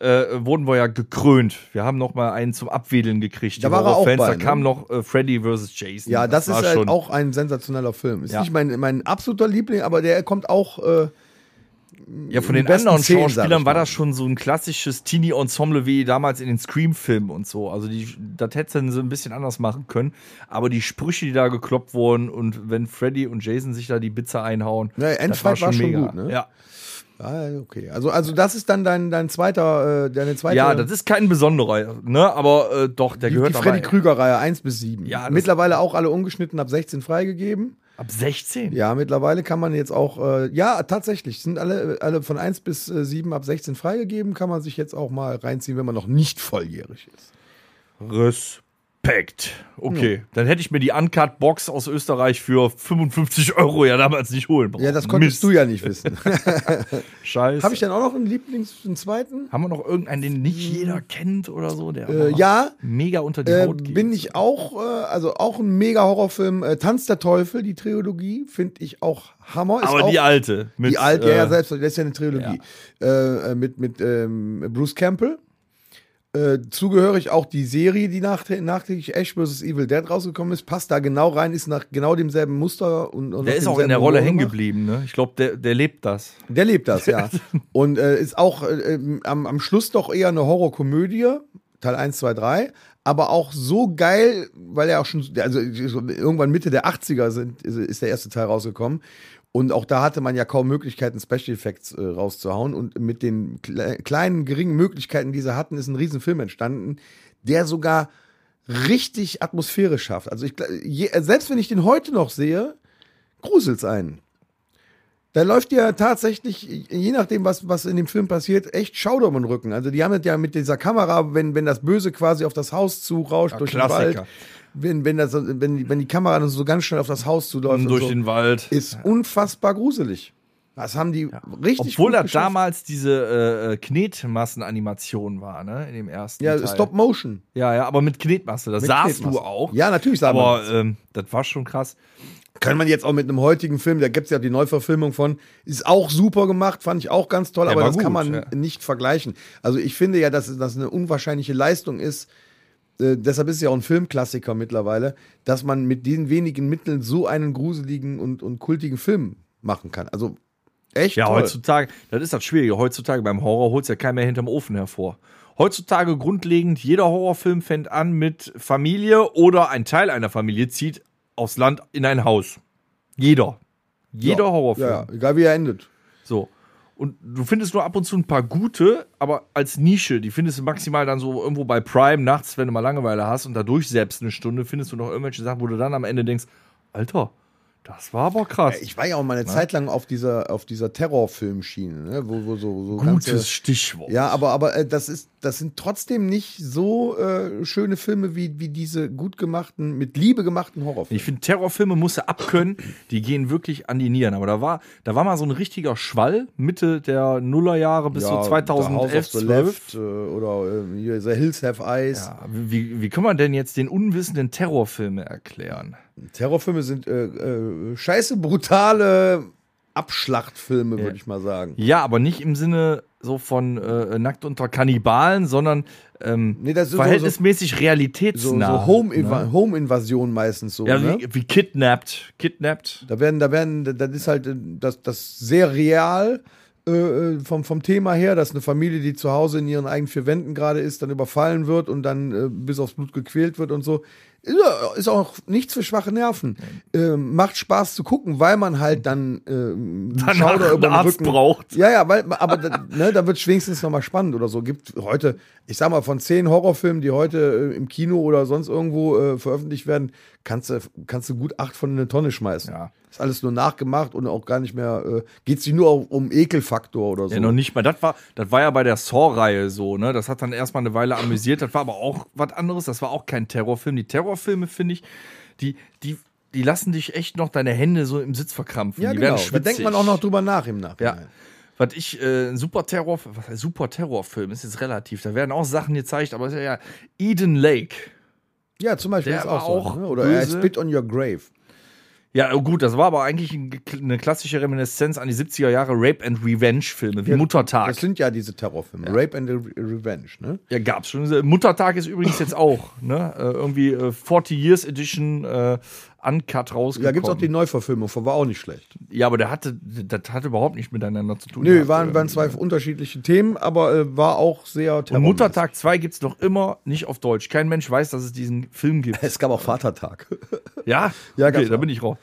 oh, äh, wurden wir ja gekrönt. Wir haben noch mal einen zum Abwedeln gekriegt. Da die war er auch Horrorfans. bei, Da ne? kam noch äh, Freddy vs. Jason. Ja, das, war ist halt schon- auch ein sensationeller Film. Ist Ja. nicht mein, mein absoluter Liebling, aber der kommt auch. Äh, Ja, von den besten anderen zehn, sag Schauspielern ich war mal. das schon so ein klassisches Teenie-Ensemble wie damals in den Scream-Filmen und so. Also die, das hätten sie ein bisschen anders machen können. Aber die Sprüche, die da gekloppt wurden und wenn Freddy und Jason sich da die Bitze einhauen, Ja, das Endfight war schon, war schon mega. gut, ne? ja. ah, okay. Also, also das ist dann dein, dein zweiter, äh, deine zweite. ja, das ist kein besonderer, ne? Aber äh, doch, der die, gehört die Freddy dabei. Krüger-Reihe 1 bis 7. Ja, das- mittlerweile auch alle ungeschnitten ab 16 freigegeben. ab 16. Ja, mittlerweile kann man jetzt auch, äh, ja, tatsächlich, sind alle, alle von 1 bis äh, 7 ab 16 freigegeben, kann man sich jetzt auch mal reinziehen, wenn man noch nicht volljährig ist. Respekt. Okay, dann hätte ich mir die Uncut-Box aus Österreich für 55 Euro ja damals nicht holen brauchen. Ja, das Mist. konntest du ja nicht wissen. Scheiße. Habe ich dann auch noch einen Lieblings-, einen zweiten? Haben wir noch irgendeinen, den nicht jeder kennt oder so? Der Hm. Äh, aber ja. Mega unter die Äh, Haut geht. bin ich auch, äh, also auch ein mega Horrorfilm. Äh, Tanz der Teufel, die Trilogie, finde ich auch Hammer. Ist aber auch die alte. Mit, Die alte, ja, äh, ja, selbst, das ist ja eine Trilogie. Äh, äh, mit mit ähm, Bruce Campbell. Äh, zugehörig auch die Serie, die nach, nachträglich Ash vs. Evil Dead rausgekommen ist, passt da genau rein, ist nach genau demselben Muster und, und Der nach ist auch demselben in der Rolle Humor hängen gemacht. geblieben, ne? Ich glaube, der, der lebt das. Der lebt das, ja. Und äh, ist auch äh, ähm, am, am Schluss doch eher eine Horrorkomödie, Teil 1, 2, 3. Aber auch so geil, weil er auch schon, also irgendwann Mitte der 80er sind, ist- ist der erste Teil rausgekommen. Und auch da hatte man ja kaum Möglichkeiten, Special Effects äh, rauszuhauen. Und mit den kle kleinen, geringen Möglichkeiten, die sie hatten, ist ein Riesenfilm entstanden, der sogar richtig Atmosphäre schafft. Also ich, gl- je, selbst wenn ich den heute noch sehe, gruselt's einen. Da läuft ja tatsächlich, je nachdem, was, was in dem Film passiert, echt Schauder im Rücken. Also die haben das ja mit dieser Kamera, wenn, wenn das Böse quasi auf das Haus zurauscht durch den Klassiker. Wald, wenn, wenn, das, wenn, die- wenn die Kamera dann so ganz schnell auf das Haus zuläuft, und Um Durch so, den Wald. ist unfassbar gruselig. Das haben die richtig Obwohl gut da geschafft. damals diese äh, äh, Knetmassenanimation war, ne? In dem ersten. Ja, Teil. Stop Motion. Ja, ja, aber mit Knetmasse. Das Mit sahst du Knetmasse. auch. Ja, natürlich sah man Aber das. ähm, das war schon krass. Kann man jetzt auch mit einem heutigen Film, da gibt es ja die Neuverfilmung von, ist auch super gemacht, fand ich auch ganz toll, Der aber war das kann gut, man ja. nicht vergleichen. Also ich finde ja, dass das eine unwahrscheinliche Leistung ist. Äh, deshalb ist es ja auch ein Filmklassiker mittlerweile, dass man mit diesen wenigen Mitteln so einen gruseligen und, und kultigen Film machen kann. Also echt Ja, toll. heutzutage, das ist das Schwierige. Heutzutage beim Horror holt ja keiner mehr hinterm Ofen hervor. Heutzutage grundlegend, jeder Horrorfilm fängt an mit Familie oder ein Teil einer Familie zieht aufs Land in ein Haus. Jeder. Jeder Horrorfilm. Ja, ja, egal wie er endet. So. Und du findest nur ab und zu ein paar gute, aber als Nische, die findest du maximal dann so irgendwo bei Prime nachts, wenn du mal Langeweile hast und dadurch selbst eine Stunde findest du noch irgendwelche Sachen, wo du dann am Ende denkst, Alter, das war aber krass. Ich war ja auch mal eine Zeit lang auf dieser, auf dieser Terrorfilmschiene, ne? wo, wo so, so ganze- Stichwort. Ja, aber, aber äh, das, ist, das sind trotzdem nicht so äh, schöne Filme wie, wie diese gut gemachten, mit Liebe gemachten Horrorfilme. Ich finde, Terrorfilme musst du abkönnen, die gehen wirklich an die Nieren. Aber da war, da war mal so ein richtiger Schwall, Mitte der Nullerjahre bis so 2011, The 12. Left äh, oder äh, hier, The Hills Have Eyes. Ja, wie, wie kann man denn jetzt den unwissenden Terrorfilme erklären? Terrorfilme sind äh, äh, scheiße brutale Abschlachtfilme, würde ich mal sagen. Ja, aber nicht im Sinne so von äh, nackt unter Kannibalen, sondern ähm, Nee, das ist so- verhältnismäßig So, realitätsnah. so Home-Inva- Home-Invasion meistens so. ne? ja, ne? wie, wie kidnapped. Kidnapped. Da werden, da werden, da- das ist halt äh, das, das sehr real äh, vom, vom Thema her, dass eine Familie, die zu Hause in ihren eigenen vier Wänden gerade ist, dann überfallen wird und dann äh, bis aufs Blut gequält wird und so. Ist auch- Ist auch nichts für schwache Nerven. Ähm, macht Spaß zu gucken, weil man halt dann ähm, Danach einen den Arzt braucht. Ja, ja, weil, aber da, ne, da wird es wenigstens nochmal spannend oder so. Gibt heute, ich sag mal, von zehn Horrorfilmen, die heute äh, im Kino oder sonst irgendwo äh, veröffentlicht werden, kannst du, kannst du gut acht von in eine Tonne schmeißen. Ja. Ist alles nur nachgemacht und auch gar nicht mehr, äh, geht sich nur auch um Ekelfaktor oder so. Ja, noch nicht mal. Das war, das war ja bei der Saw-Reihe so, ne? Das hat dann erstmal eine Weile amüsiert. Das war aber auch was anderes. Das war auch kein Terrorfilm. Die Terrorfilme, finde ich, die, die, die lassen dich echt noch deine Hände so im Sitz verkrampfen. ja, die genau. werden schwitzig. Da denkt man auch noch drüber nach im Ja. Nachhinein. Was ich, äh, ein super Terror, was heißt super Terrorfilm ist jetzt relativ. Da werden auch Sachen gezeigt, aber ist ja, ja Eden Lake. Ja, zum Beispiel Der ist auch war so. auch ne? Oder äh, böse. Spit on Your Grave. Ja, oh gut, das war aber eigentlich ein- eine klassische Reminiszenz an die 70er Jahre Rape and Revenge Filme, wie Muttertag. Das sind ja diese Terrorfilme. Rape and Re- Revenge, ne? Ja, gab's schon. Muttertag ist übrigens jetzt auch, ne? Äh, irgendwie äh, 40 Years Edition äh, Uncut rausgekommen. Da gibt es auch die Neuverfilmung, von war auch nicht schlecht. ja, aber der hatte, das hatte überhaupt nichts miteinander zu tun. Nö, gehabt, waren, oder? waren zwei unterschiedliche Themen, aber äh, war auch sehr äh, Und terrormäßig. äh, Muttertag 2 gibt's noch immer nicht auf Deutsch. Kein Mensch weiß, dass es diesen Film gibt. Es gab auch Vatertag. Ja, Ja, okay, ganz da klar. bin ich raus.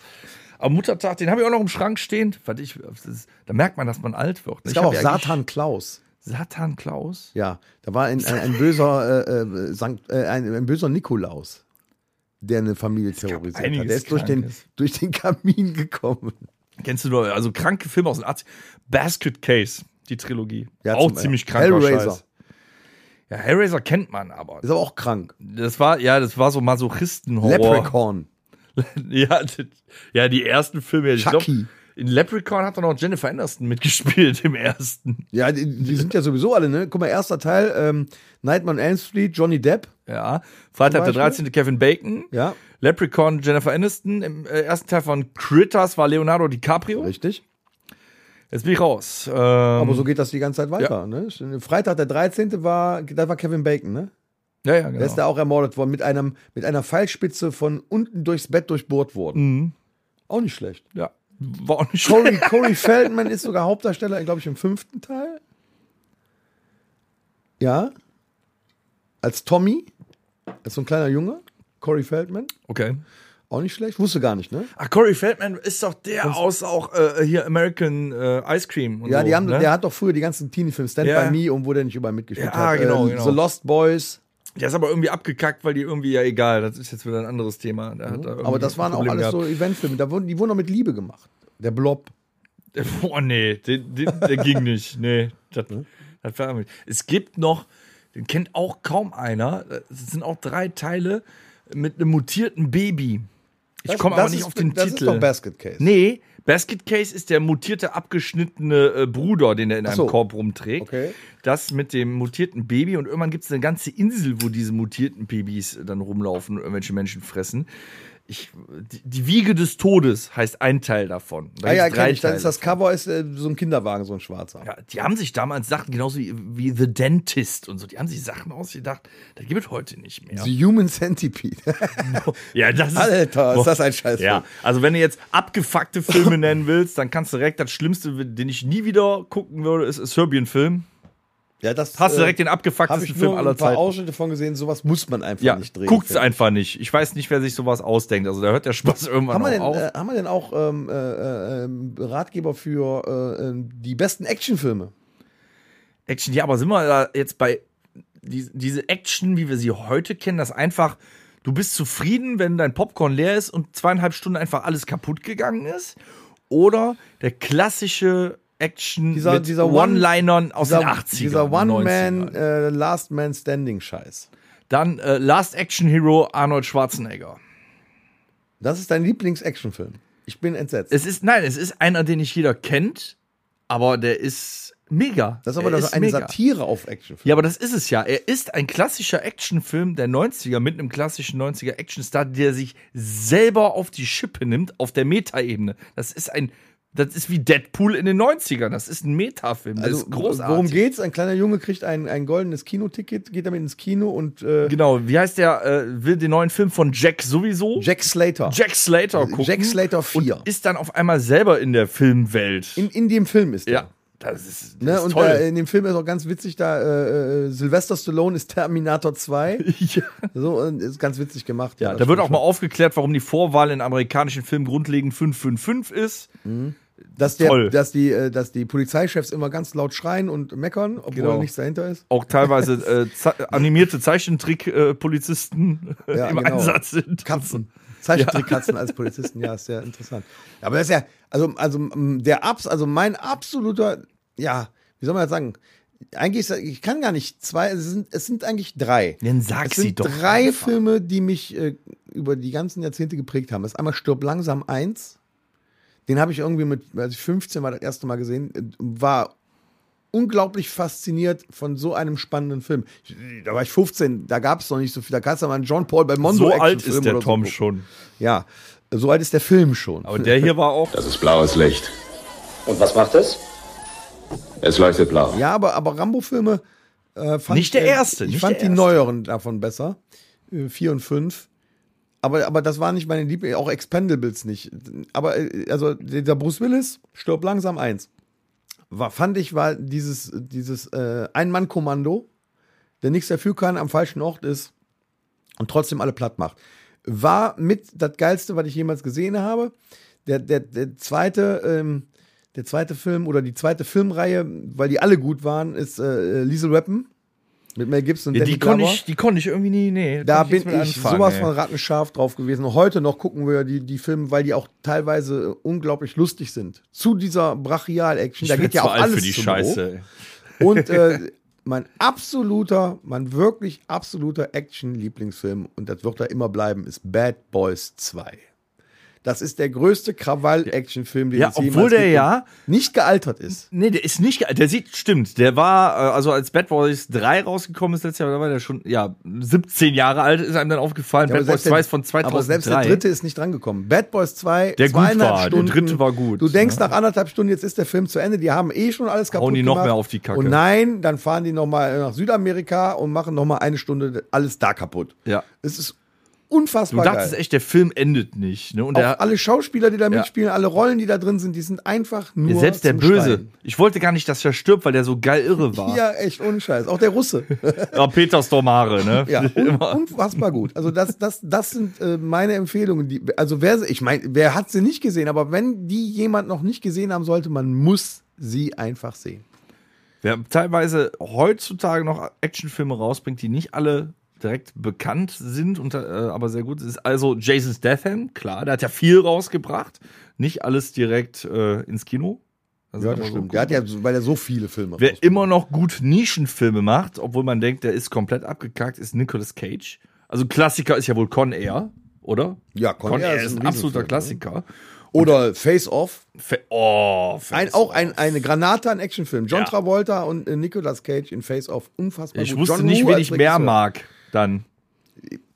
Aber Muttertag, den habe ich auch noch im Schrank stehen. Warte, ich, das ist, da merkt man, dass man alt wird. Es Ich gab hab auch ja eigentlich- Satan Klaus. Satan Klaus. Ja, da war ein, ein, ein böser äh, äh, Sankt, äh, ein, ein böser Nikolaus, der eine Familie terrorisiert einiges hat. Der ist durch den, Krankes. durch den Kamin gekommen. Kennst du nur, also kranke Filme aus den 80 Basket Case, die Trilogie. Ja, auch zum- ziemlich ja. kranker Hellraiser. Scheiß. Ja, Hellraiser kennt man aber. Ist aber auch krank. Das war, ja, das war so Masochisten-Horror. Leprechaun. Ja, das- ja, die ersten Filme. Ich glaub, Chucky. in Leprechaun hat dann auch Jennifer Aniston mitgespielt im ersten. Ja, die, die sind ja sowieso alle, ne? Guck mal, erster Teil, ähm, Nightmare on Elm Street, Johnny Depp. Ja. Freitag der Beispiel? 13. Kevin Bacon. Ja, Leprechaun Jennifer Aniston. Im äh, ersten Teil von Critters war Leonardo DiCaprio. richtig. Jetzt bin ich raus. Ähm, Aber so geht das die ganze Zeit weiter, ne? Freitag der 13. war, da war Kevin Bacon, ne? ja, ja, genau. Der ist da auch ermordet worden mit einem mit einer Pfeilspitze von unten durchs Bett durchbohrt worden. Mhm. Auch nicht schlecht. ja. War auch nicht schlecht. Corey, Corey Feldman ist sogar Hauptdarsteller, glaube ich, im fünften Teil. Ja. Als Tommy. Als so ein kleiner Junge. Corey Feldman. Okay. Auch nicht schlecht. Wusste gar nicht, ne? Ach, Corey Feldman ist doch der aus auch äh, hier American äh, Ice Cream. Und Ja, so, die haben, ne? der hat doch früher die ganzen Teenie-Filme, Stand Ja. By Me und wo der nicht überall mitgespielt Ja, hat. genau, äh, genau. The Lost Boys. Der ist aber irgendwie abgekackt, weil die irgendwie, ja egal, das ist jetzt wieder ein anderes Thema. Der hat da irgendwie Mhm. Aber das waren auch Probleme alles so gehabt. Eventfilme. Da wurden, die wurden auch mit Liebe gemacht. Der Blob. Boah, nee, der, der, der ging nicht. Nee, das, Hm? das war nicht. Es gibt noch, den kennt auch kaum einer, es sind auch drei Teile mit einem mutierten Baby. Ich Das- komme aber das nicht ist- auf den das Titel. ist doch Basket Case. Nee, Basket Case ist der mutierte, abgeschnittene äh, Bruder, den er in einem so. Korb rumträgt. Okay. Das mit dem mutierten Baby und irgendwann gibt es eine ganze Insel, wo diese mutierten Babys dann rumlaufen und irgendwelche Menschen fressen. Ich, die, die Wiege des Todes heißt ein Teil davon. Da Ah ja, gibt's drei kenn ich. Das Teile. ist das Cover ist äh, so ein Kinderwagen, so ein schwarzer. Ja, die haben sich damals Sachen, genauso wie, wie The Dentist und so, die haben sich Sachen ausgedacht, das gibt es heute nicht mehr. The Human Centipede. ja, das ist, Alter, Boah. ist das ein Scheiß. Ja, also wenn du jetzt abgefuckte Filme nennen willst, dann kannst du direkt das Schlimmste, den ich nie wieder gucken würde, ist ein Serbian-Film. ja das Hast du äh, direkt den Habe abgefucktesten ich Film nur aller ein paar Zeiten. Ausschnitte von gesehen, sowas muss man einfach Ja, nicht drehen. guckt's finde ich. einfach nicht. Ich weiß nicht, wer sich sowas ausdenkt. Also da hört der Spaß irgendwann Haben wir, auch denn, auf. äh, haben wir denn auch ähm, äh, äh, ähm, Ratgeber für äh, ähm, die besten Actionfilme? Action, ja, aber sind wir da jetzt bei die, diese Action, wie wir sie heute kennen, das einfach, du bist zufrieden, wenn dein Popcorn leer ist und zweieinhalb Stunden einfach alles kaputt gegangen ist? Oder der klassische Action Dieser- mit dieser One- One-Linern aus den halt. 80ern? Dieser und One-Man, 90ern? äh, Last Man Standing Scheiß. Dann äh, Last Action Hero Arnold Schwarzenegger. Das ist dein Lieblings-Actionfilm. Ich bin entsetzt. Es ist, nein, es ist einer, den nicht jeder kennt, aber der ist mega. das ist aber Er das ist eine mega. Satire auf Actionfilme. Ja, aber das ist es ja. Er ist ein klassischer Actionfilm der 90er mit einem klassischen 90er Actionstar, der sich selber auf die Schippe nimmt, auf der Metaebene. Das ist ein, das ist wie Deadpool in den 90ern. Das ist ein Metafilm. Das Also, ist großartig. worum geht's? Ein kleiner Junge kriegt ein, ein goldenes Kinoticket, geht damit ins Kino und äh, Genau, wie heißt der, äh, will den neuen Film von Jack sowieso? Jack Slater. Jack Slater gucken. Jack Slater 4. Und ist dann auf einmal selber in der Filmwelt. in, in dem Film ist der. ja, das ist, das Ne, ist und toll. da, in dem Film ist auch ganz witzig, da äh, äh, Sylvester Stallone ist Terminator 2. ja, so, und ist ganz witzig gemacht. ja, das da wird stimmt auch mal schon. aufgeklärt, warum die Vorwahl in amerikanischen Filmen grundlegend 555 ist. dass, der, toll. dass, die, äh, dass die Polizeichefs immer ganz laut schreien und meckern, obwohl Genau. nichts dahinter ist. Auch teilweise äh, ze animierte Zeichentrick-Polizisten äh, Ja, im genau. Einsatz sind. Katzen. Zeichentrickkatzen als Polizisten, ja, ist sehr interessant. Ja, aber das ist ja, also, also m, der Abs, also mein absoluter, ja, wie soll man das sagen? Eigentlich, ist, das- ich kann gar nicht zwei, es sind, es sind eigentlich drei. Dann sag Es sie sind doch. drei Filme, die mich äh, über die ganzen Jahrzehnte geprägt haben. Das ist einmal Stirb langsam 1. Den habe ich irgendwie mit, als ich 15 war, das erste Mal gesehen, äh, war unglaublich fasziniert von so einem spannenden Film. Ich, da war ich 15, da gab es noch nicht so viel. Da kannst du mal einen John Paul bei Mondo So alt ist Actionfilm der oder so Tom gucken. schon. Ja, So alt ist der Film schon. Aber der hier war auch. Das ist blaues Licht. Und was macht es? Es leuchtet blau. Ja, aber, aber Rambo-Filme äh, fand Nicht der äh, erste, Ich nicht fand der die erste. neueren davon besser. Äh, Vier und fünf. Aber, aber das waren nicht meine Lieblings, auch Expendables nicht. Aber äh, also der Bruce Willis stirbt langsam eins. War, fand ich, war dieses, dieses äh, Ein-Mann-Kommando, der nichts dafür kann, am falschen Ort ist und trotzdem alle platt macht. War mit das Geilste, was ich jemals gesehen habe. Der, der, der zweite, ähm, der zweite Film oder die zweite Filmreihe, weil die alle gut waren, ist äh, Liesel Weapon mit Mel Gibson und Ja, die, Danny konnte Glover. ich, die konnte ich irgendwie nie. Nee, Da konnte nichts bin mit ich anfangen, sowas ey. von rattenscharf drauf gewesen. Und Heute noch gucken wir die, die Filme, weil die auch teilweise unglaublich lustig sind. Zu dieser Brachial-Action, da Ich werd geht ja zu auch alt alles für die zu Scheiße. ey. Hoch. Und äh, mein absoluter, mein wirklich absoluter Action-Lieblingsfilm, und das wird da immer bleiben, ist Bad Boys 2. Das ist der größte Krawall-Action-Film, den Ja, es jemals obwohl der gibt und ja- nicht gealtert ist. Nee, der ist nicht. ge- Der sieht, stimmt. Der war, äh, also als Bad Boys 3 rausgekommen ist letztes Jahr, da war der schon, ja, 17 Jahre alt, ist einem dann aufgefallen. Ja, aber Bad Boys selbst der- 2 ist von 2003. Aber selbst der dritte ist nicht drangekommen. Bad Boys 2, Der gut zweieinhalb war, der Stunden. dritte war gut, Du denkst ne? nach anderthalb Stunden, jetzt ist der Film zu Ende. Die haben eh schon alles kaputt die noch gemacht. mehr auf die Kacke. Und nein, dann fahren die nochmal nach Südamerika und machen nochmal eine Stunde alles da kaputt. Ja. Es ist Du unfassbar dachtest geil. echt, der Film endet nicht. Ne? Und Auch der, alle Schauspieler, die da Ja. mitspielen, alle Rollen, die da drin sind, die sind einfach nur selbst der zum Böse. Schreien. Ich wollte gar nicht, dass er stirbt, weil der so geil irre war. Ja, echt unscheiß. Auch der Russe. Ja, Peter Stormare, ne? Ja, un Immer. unfassbar gut. Also das, das, das sind äh, meine Empfehlungen. Die, also wer, sie- ich meine, wer hat sie nicht gesehen? Aber wenn die jemand noch nicht gesehen haben sollte, man muss sie einfach sehen. Wir haben teilweise heutzutage noch Actionfilme rausbringt, die nicht alle direkt bekannt sind, und, äh, aber sehr gut ist. Also Jason Statham, klar, der hat ja viel rausgebracht. Nicht alles direkt äh, ins Kino. Also kann man so Der hat gucken. ja, so- weil er so viele Filme. Wer immer noch gut Nischenfilme macht, obwohl man denkt, der ist komplett abgekackt, ist Nicolas Cage. Also Klassiker ist ja wohl Con Air, oder? Ja, Con Air ist ist ein ein absoluter Riesenfilm, ne? Klassiker. Oder Face Off. Fe oh, Ein, auch ein, eine Granate an Actionfilm. John Ja. Travolta und äh, Nicolas Cage in Face Off. Unfassbar Ich gut. wusste John nicht, Woo wen als ich mehr Regisseur. mag dann.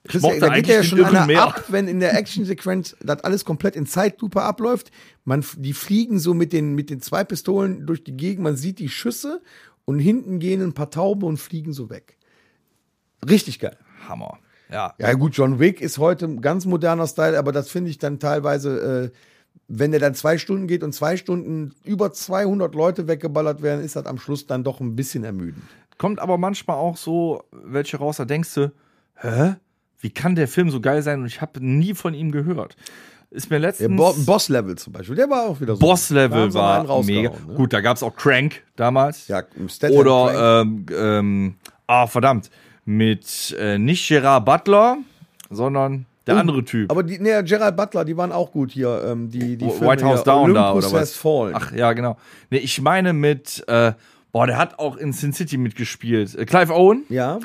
Christian, mochte da geht eigentlich ja den schon Irren einer mehr. ab, wenn in der Actionsequenz das alles komplett in Zeitlupe abläuft. Man, f- die fliegen so mit den, mit den zwei Pistolen durch die Gegend, man sieht die Schüsse und hinten gehen ein paar Tauben und fliegen so weg. Richtig geil. Hammer. Ja. Ja gut, John Wick ist heute ein ganz moderner Style, aber das finde ich dann teilweise, äh, wenn der dann zwei Stunden geht und zwei Stunden über 200 Leute weggeballert werden, ist das am Schluss dann doch ein bisschen ermüdend. Kommt aber manchmal auch so welche raus, da denkst du, hä? Wie kann der Film so geil sein? Und ich habe nie von ihm gehört. Ist mir Der letztens. Bo Boss-Level zum Beispiel, der war auch wieder so. Da haben Boss-Level sie mal einen war mega. rausgehauen, ne? Gut, da gab es auch Crank damals. Ja, im Statham Oder, ähm, ähm, ah, verdammt, mit äh, nicht Gerard Butler, sondern der andere Typ. Aber die, nee, Gerald Butler, die waren auch gut hier. Ähm, die, die Filme White House hier. Down da Olympus oder was? Has Fallen. Ach ja, genau. Nee, ich meine mit, äh, boah, der hat auch in Sin City mitgespielt. Äh, Clive Owen Ja,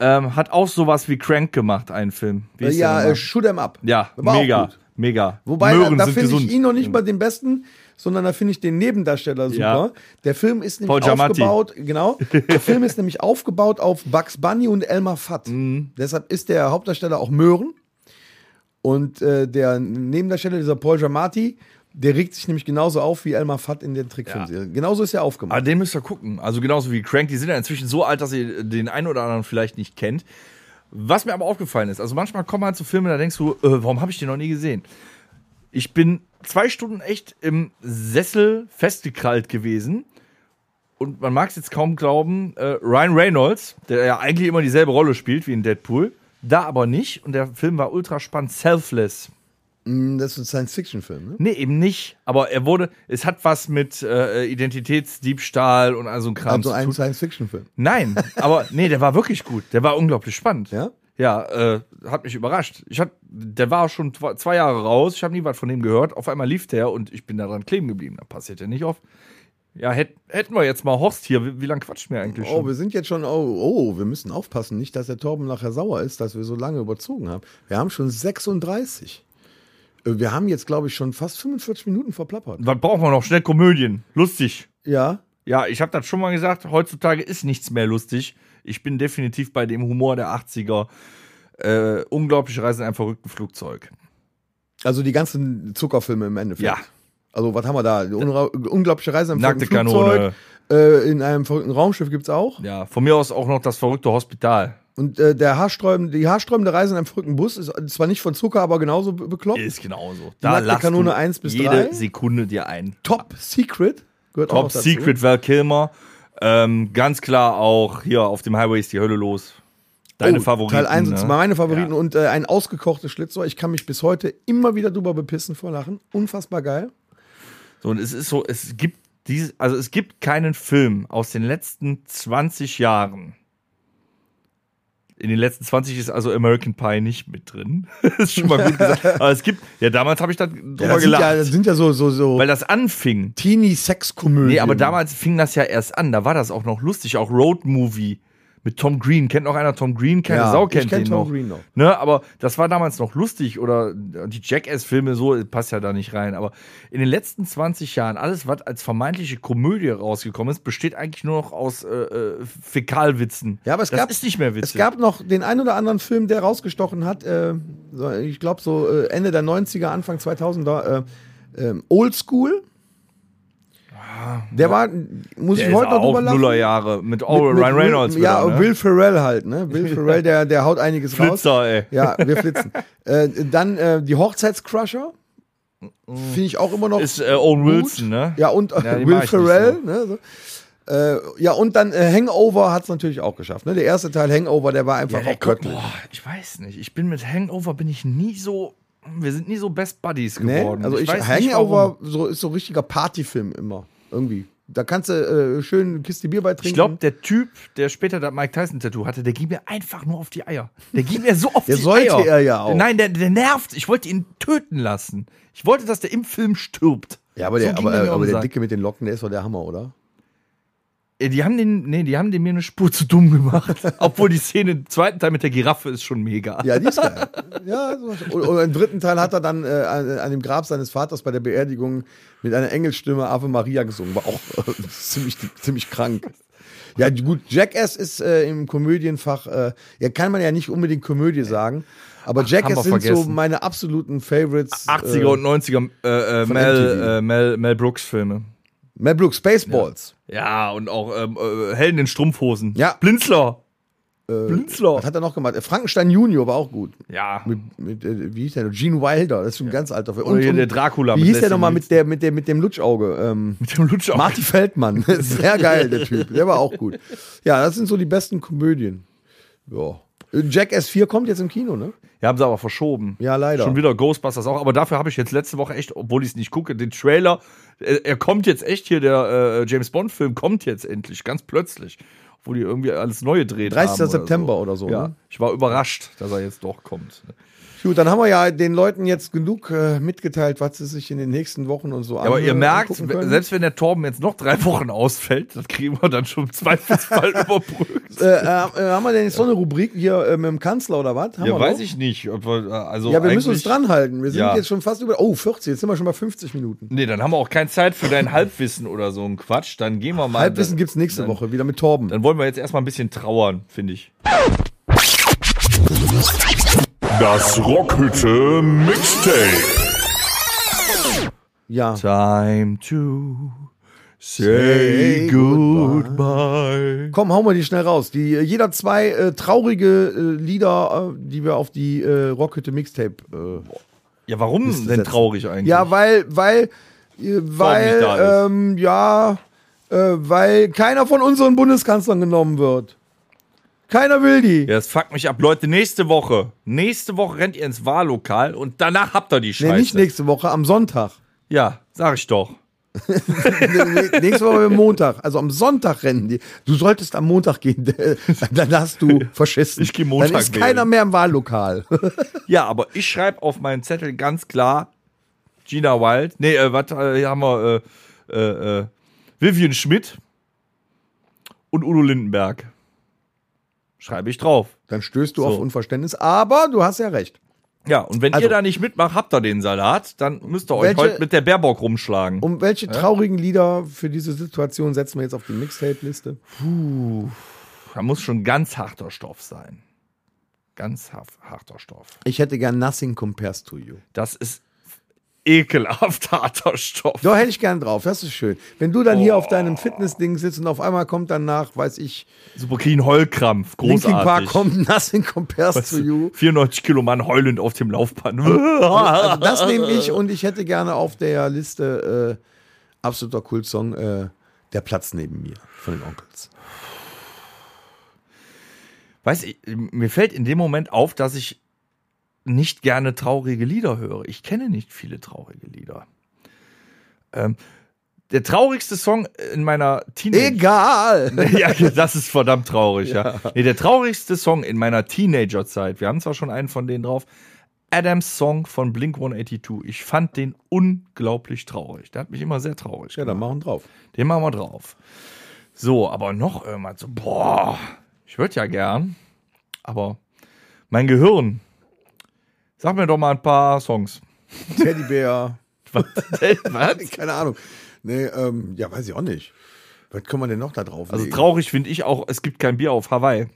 ähm, hat auch sowas wie Crank gemacht, einen Film. Wie äh, hieß der ja nochmal? äh, Shoot 'em Up. Ja, War auch mega, gut. mega. Wobei, Möhren da, da sind finde gesund. ich ihn noch nicht mal den besten, sondern da finde ich den Nebendarsteller super. Ja. Der Film ist nämlich Paul Giamatti. aufgebaut, genau, der Film ist nämlich aufgebaut auf Bugs Bunny und Elmer Fudd. Mhm. Deshalb ist der Hauptdarsteller auch Möhren. Und äh, der Nebendarsteller, dieser Paul Giamatti, der regt sich nämlich genauso auf wie Elmer Fudd in den Trickfilmserie. Genauso ist er aufgemacht. Aber Ah, den müsst ihr gucken. Also genauso wie Crank, die sind ja inzwischen so alt, dass ihr den einen oder anderen vielleicht nicht kennt. Was mir aber aufgefallen ist, also manchmal kommen halt so Filme, da denkst du, äh, warum habe ich den noch nie gesehen? Ich bin zwei Stunden echt im Sessel festgekrallt gewesen. Und man mag es jetzt kaum glauben, äh, Ryan Reynolds, der ja eigentlich immer dieselbe Rolle spielt wie in Deadpool, da aber nicht. Und der Film war ultra spannend. Selfless Das ist ein Science-Fiction-Film, ne? Nee, eben nicht. Aber er wurde, es hat was mit äh, Identitätsdiebstahl und all so ein Kram Also zu ein tun. Science-Fiction-Film. Nein, aber nee, der war wirklich gut. Der war unglaublich spannend. Ja? Ja, äh, hat mich überrascht. Ich hat, der war schon tw- zwei Jahre raus, ich habe nie was von dem gehört. Auf einmal lief der und ich bin daran kleben geblieben. Das passiert ja nicht oft. Ja, hätt, hätten wir jetzt mal Horst hier. Wie, wie lange quatschen wir eigentlich Oh, schon? wir sind jetzt schon, oh, oh, wir müssen aufpassen, nicht, dass der Torben nachher sauer ist, dass wir so lange überzogen haben. Wir haben schon 36. Äh, Wir haben jetzt, glaube ich, schon fast 45 Minuten verplappert. was brauchen wir noch? Schnell Komödien. Lustig. Ja, Ja, ich habe das schon mal gesagt, heutzutage ist nichts mehr lustig. Ich bin definitiv bei dem Humor der 80er. Äh, unglaubliche Reise in einem verrückten Flugzeug. Also die ganzen Zuckerfilme im Endeffekt. Ja. Also was haben wir da? Die unra- unglaubliche Reise im Nackte verrückten Flugzeug, Kanone. Äh, in einem verrückten Raumschiff gibt's auch. Ja, von mir aus auch noch das verrückte Hospital. Und äh, der haarsträubende, die haarsträubende Reise in einem verrückten Bus ist zwar nicht von Zucker, aber genauso be- bekloppt. Ist genauso. nackte lachst Kanone du 1 bis jede 3. Sekunde dir ein. Top Secret gehört auch Top noch dazu. Secret Val Kilmer. Ähm, ganz klar auch hier auf dem Highway ist die Hölle los. Deine Oh, Favoriten. Teil 1 und ne? zwar meine Favoriten Ja. und äh, ein ausgekochtes Schlitzohr. Ich kann mich bis heute immer wieder drüber bepissen vor Lachen. Unfassbar geil. So, und es ist so, es gibt dieses, also es gibt keinen Film aus den letzten 20 Jahren. In den letzten 20 ist also American Pie nicht mit drin. ist schon mal gut gesagt. Aber es gibt, ja, damals habe ich da drüber das, sind gelacht. ja, das sind ja so, so, so weil das anfing. Teenie-Sex-Komödien. Nee, aber damals fing das ja erst an. Da war das auch noch lustig. Auch Road Movie mit Tom Green. Kennt noch einer Tom Green? Keine Ja, Sau ich kennt kenn den Tom noch. Green noch. Ne, aber das war damals noch lustig. Oder die Jackass-Filme, so äh, passt ja da nicht rein. Aber in den letzten 20 Jahren, alles, was als vermeintliche Komödie rausgekommen ist, besteht eigentlich nur noch aus äh, äh, Fäkalwitzen. Ja, aber es das gab, ist nicht mehr witzig. Es gab noch den einen oder anderen Film, der rausgestochen hat, äh, so, ich glaube so äh, Ende der 90er, Anfang 2000er, äh, ähm, Old School. Der war, muss Ah, Der ich ist heute noch auch drüber lachen. Nullerjahre mit, Mit- Oral mit Ryan Will- Reynolds. Ja, wieder, ne? Will Ferrell halt, ne? Will Ferrell, der, der haut einiges raus. Flitzer, ey. Ja, wir flitzen. äh, dann äh, die Hochzeitscrusher. Finde ich auch immer noch. Ist äh, Owen gut. Wilson, ne? Ja, und äh, Ja, den Will mag ich nicht Ferrell. Ne, so. äh, ja, und dann äh, Hangover hat es natürlich auch geschafft. Ne? Der erste Teil Hangover, der war Ja, einfach der auch göttlich. Boah, ich weiß nicht. Ich bin mit Hangover bin ich nie so. Wir sind nie so Best Buddies Ne? geworden. Also ich, weiß nicht, warum. Hangover so, ist so ein richtiger Partyfilm immer. Irgendwie. Da kannst du äh, schön eine Kiste Bier bei trinken. Ich glaube, der Typ, der später das Mike Tyson Tattoo hatte, der ging mir einfach nur auf die Eier. Der ging mir so auf Der die sollte Eier. er ja auch. Nein, der, der nervt. Ich wollte ihn töten lassen. Ich wollte, dass der im Film stirbt. ja, aber So der, ging aber, mir auf aber den der Sack. Dicke mit den Locken, der ist doch der Hammer, oder? Äh, Die haben den, nee, die haben den mir eine Spur zu dumm gemacht. Obwohl die Szene im zweiten Teil mit der Giraffe ist schon mega. Ja, die ist geil. ja, so was. und, und im dritten Teil hat er dann äh, an, an dem Grab seines Vaters bei der Beerdigung mit einer Engelstimme Ave Maria gesungen. War auch äh, ziemlich, ziemlich krank. Ja, gut, Jackass ist äh, im Komödienfach, äh, ja, kann man ja nicht unbedingt Komödie sagen, aber Jackass wir sind so vergessen. meine absoluten Favorites. 80er äh, und 90er äh, äh, von Mel, MTV. äh, Mel, Mel Brooks Filme. Mel Brooks, Spaceballs. Ja, und auch ähm, äh, Helden in Strumpfhosen. Ja. Äh, Blinzler. Blinzler. Was hat er noch gemacht? Äh, Frankenstein Junior war auch gut. ja. Mit, mit, äh, wie hieß der? noch? Gene Wilder, das ist schon ein ganz alter Film. Oder hier der Dracula Wie mit hieß der Leslie nochmal mit, Nielsen. der, mit, der, mit dem Lutschauge? Ähm, Mit dem Lutsch Marty Feldmann, sehr geil, der Typ. Der war auch gut. Ja, das sind so die besten Komödien. Ja. Jack S4 kommt jetzt im Kino, ne? Wir haben sie aber verschoben. Ja, leider. Schon wieder Ghostbusters auch. Aber dafür habe ich jetzt letzte Woche echt, obwohl ich es nicht gucke, den Trailer. äh, Er kommt jetzt echt hier, der äh, James Bond-Film kommt jetzt endlich, ganz plötzlich. Obwohl die irgendwie alles Neue drehen. 30. haben oder September so. oder so, Ja, ne? ich war überrascht, dass er jetzt doch kommt. Gut, dann haben wir ja den Leuten jetzt genug äh, mitgeteilt, was sie sich in den nächsten Wochen und so Ja, aber ihr anhören- merkt, angucken können. selbst wenn der Torben jetzt noch drei Wochen ausfällt, das kriegen wir dann schon im Zweifelsfall überbrückt. Äh, äh, haben wir denn jetzt so eine Rubrik hier äh, mit dem Kanzler oder was? Haben Ja, wir weiß noch? ich nicht. Ob wir, äh, also ne? Ja, wir müssen uns eigentlich- dranhalten. Wir sind Ja. jetzt schon fast über. Oh, 40, jetzt sind wir schon bei 50 Minuten. Nee, dann haben wir auch keine Zeit für dein Halbwissen oder so ein Quatsch. Dann gehen wir mal. Halbwissen dann, gibt's nächste Woche wieder mit Torben. Dann wollen wir jetzt erstmal ein bisschen trauern, finde ich. Das Rockhütte Mixtape. ja. Time to say goodbye. Komm, hau mal die schnell raus. Die, äh, jeder zwei äh, traurige äh, Lieder, äh, die wir auf die äh, Rockhütte Mixtape. Äh, Ja, warum Liste denn setzen. traurig eigentlich? ja, weil, weil, äh, weil, nicht da ist. ähm, ja, äh, weil keiner von unseren Bundeskanzlern genommen wird. Keiner will die. Ja, das fuckt mich ab. Leute, nächste Woche. Nächste Woche rennt ihr ins Wahllokal und danach habt ihr die Scheiße. nee, nicht nächste Woche, am Sonntag. Ja, sag ich doch. Nee, nee, nächste Woche am Montag. Also am Sonntag rennen die. Du solltest am Montag gehen. Dann hast du verschissen. Ich geh Montag Dann ist wählen. keiner mehr im Wahllokal. Ja, aber ich schreibe auf meinen Zettel ganz klar Gina Wild. Nee, äh, was äh, hier haben wir? Äh, äh, äh, Vivian Schmidt und Udo Lindenberg. Schreibe ich drauf. Dann stößt du So. auf Unverständnis. Aber du hast ja recht. Ja, und wenn Also- ihr da nicht mitmacht, habt ihr den Salat, dann müsst ihr euch Welche- heute mit der Baerbock rumschlagen. Um welche traurigen Lieder für diese Situation setzen wir jetzt auf die Mixtape-Liste? da muss schon ganz harter Stoff sein. Ganz har- harter Stoff. Ich hätte gern Nothing Compares to You. Das ist ekelhaft harter Stoff. Da hätte ich gern drauf, das ist schön. Wenn du dann Oh. hier auf deinem Fitnessding sitzt und auf einmal kommt danach, weiß ich, Superkeen Heulkrampf, großartig. Linkin Park kommt, nothing compares to you. 94 Kilo Mann heulend auf dem Laufband. Also das nehme ich und ich hätte gerne auf der Liste äh, absoluter Kultsong äh, der Platz neben mir von den Onkels. Weiß ich, mir fällt in dem Moment auf, dass ich nicht gerne traurige Lieder höre. Ich kenne nicht viele traurige Lieder. Ähm, der traurigste Song in meiner Teenager Egal! ja, das ist verdammt traurig, ja. Nee, der traurigste Song in meiner Teenagerzeit, wir haben zwar schon einen von denen drauf, Adams Song von Blink 182. Ich fand den unglaublich traurig. Der hat mich immer sehr traurig. Ja, gemacht. dann machen drauf. Den machen wir drauf. So, aber noch irgendwann so, boah, ich würde ja gern, aber mein Gehirn, sag mir doch mal ein paar Songs. Teddybär, Was? keine Ahnung. Nee, ähm, ja, weiß ich auch nicht. Was können wir denn noch da drauf Also legen? traurig finde ich auch, es gibt kein Bier auf Hawaii.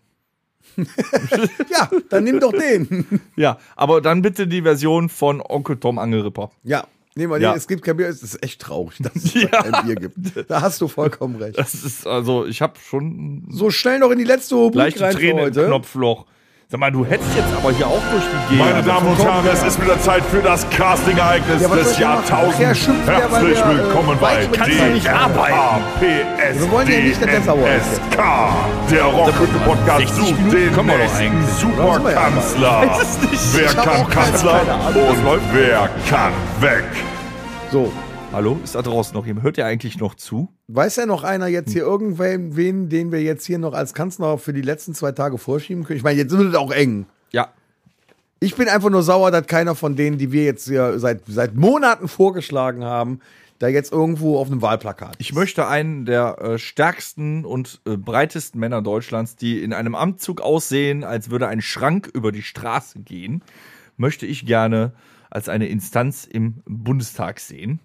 Ja, dann nimm doch den. Ja, aber dann bitte die Version von Onkel Tom Angelripper. Ja, nehmen wir Ja. den. Es gibt kein Bier. Es ist echt traurig, dass es Ja. kein Bier gibt. Da hast du vollkommen recht. Das ist also, ich habe schon So schnell noch in die letzte Rubrik leichte rein für Tränen im heute. Knopfloch. Sag mal, du hättest jetzt aber hier auch durch die Gegend. Meine Damen und Herren, es ist wieder Zeit für das Casting-Ereignis Ja, was soll des ich da machen? Der Jahrtausends. schimpft ja, weil Herzlich wir, äh, willkommen bei weiß, man kann doch nicht arbeiten. DRHPS. Wir wollen ja nicht, dass das sauer ist. DNSK. Der Rockhütte-Podcast 60 sucht Minuten den können wir doch nächsten eigentlich. Superkanzler. Ich weiß es nicht. Wer Ich hab kann auch keine- Kanzler keine Ahnung. und wer kann weg? So, Hallo, ist da draußen noch jemand? Hört ihr eigentlich noch zu? Weiß ja noch einer jetzt hier irgendwen, wen, den wir jetzt hier noch als Kanzler für die letzten zwei Tage vorschieben können? Ich meine, jetzt wird es auch eng. Ja. Ich bin einfach nur sauer, dass keiner von denen, die wir jetzt hier seit, seit Monaten vorgeschlagen haben, da jetzt irgendwo auf einem Wahlplakat. Ich möchte einen der äh, stärksten und äh, breitesten Männer Deutschlands, die in einem Anzug aussehen, als würde ein Schrank über die Straße gehen, möchte ich gerne als eine Instanz im Bundestag sehen.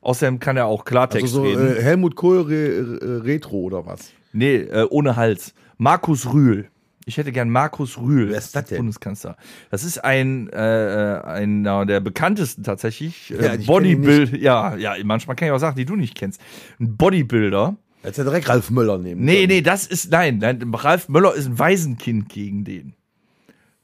Außerdem kann er auch Klartext also so reden. äh, Helmut Kohl re, äh, Retro oder was? Nee, äh, ohne Hals. Markus Rühl. Ich hätte gern Markus Rühl. Wer ist das denn? Bundeskanzler. Das ist ein, äh, einer der bekanntesten tatsächlich. Ja, Äh, ich kenn ihn Bodybuilder. Ja, ja, manchmal kann ich auch Sachen, die du nicht kennst. Ein Bodybuilder. Jetzt ja direkt Ralf Möller nehmen. Nee, können. nee, das ist, nein, nein, Ralf Möller ist ein Waisenkind gegen den.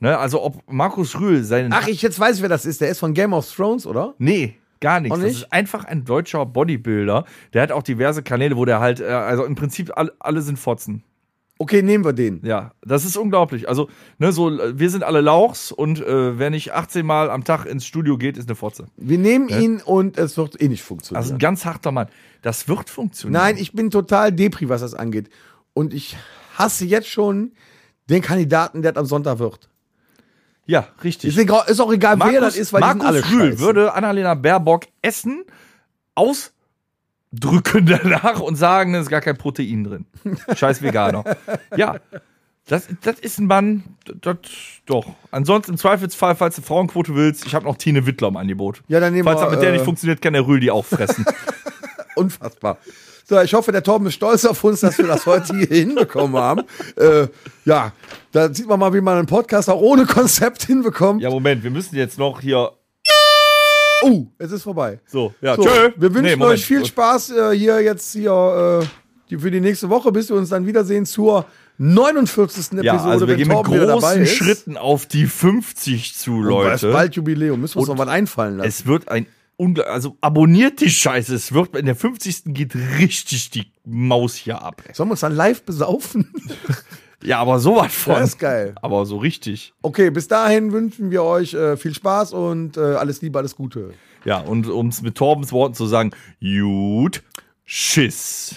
Ne, also ob Markus Rühl seinen. Ach, ich jetzt weiß, wer das ist. Der ist von Game of Thrones, oder? Nee, gar nichts. Auch Das nicht? ist einfach ein deutscher Bodybuilder. Der hat auch diverse Kanäle, wo der halt, äh, also im Prinzip alle, alle sind Fotzen. Okay, nehmen wir den. Ja, das ist unglaublich. Also, ne, so, äh, wir sind alle Lauchs und äh, wer nicht 18 Mal am Tag ins Studio geht, ist eine Fotze. Wir nehmen ihn und es wird eh nicht funktionieren. Also ein ganz harter Mann. Das wird funktionieren. Nein, ich bin total depri, was das angeht. Und ich hasse jetzt schon den Kandidaten, der das am Sonntag wird. Ja, Ist, richtig. egal, ist auch egal, wer das ist, weil die sind alle Markus Rühl scheiße. würde Annalena Baerbock essen, ausdrücken danach und sagen, es ist gar kein Protein drin. Scheiß Veganer. ja. Das, das ist ein Mann, das doch. Ansonsten im Zweifelsfall, falls du Frauenquote willst, ich habe noch Tine Wittler im Angebot. Ja, dann nehmen falls wir, das mit der äh, nicht funktioniert, kann der Rühl die auch fressen. Unfassbar. So, ich hoffe, der Torben ist stolz auf uns, dass wir das heute hier hinbekommen haben. Äh, ja, da sieht man mal, wie man einen Podcast auch ohne Konzept hinbekommt. Ja, Moment, wir müssen jetzt noch hier. Oh, es ist vorbei. So, ja, So, tschö. Wir Nee, wünschen Moment. euch viel Spaß äh, hier jetzt hier äh, die, für die nächste Woche, bis wir uns dann wiedersehen zur 49. Episode, Ja, also wir wenn gehen mit Torben wieder dabei großen ist. Oh, Schritten auf die 50 zu, Und weil es Leute. bald Jubiläum. Müssen wir uns noch was einfallen lassen. Es wird ein Ungl also abonniert die Scheiße. Es wird in der 50. geht richtig die Maus hier ab. Sollen wir uns dann live besaufen? Ja, aber sowas von. Das ist geil. Aber so richtig. Okay, bis dahin wünschen wir euch äh, viel Spaß und äh, alles Liebe, alles Gute. Ja, und um es mit Torbens Worten zu sagen, gut, Schiss.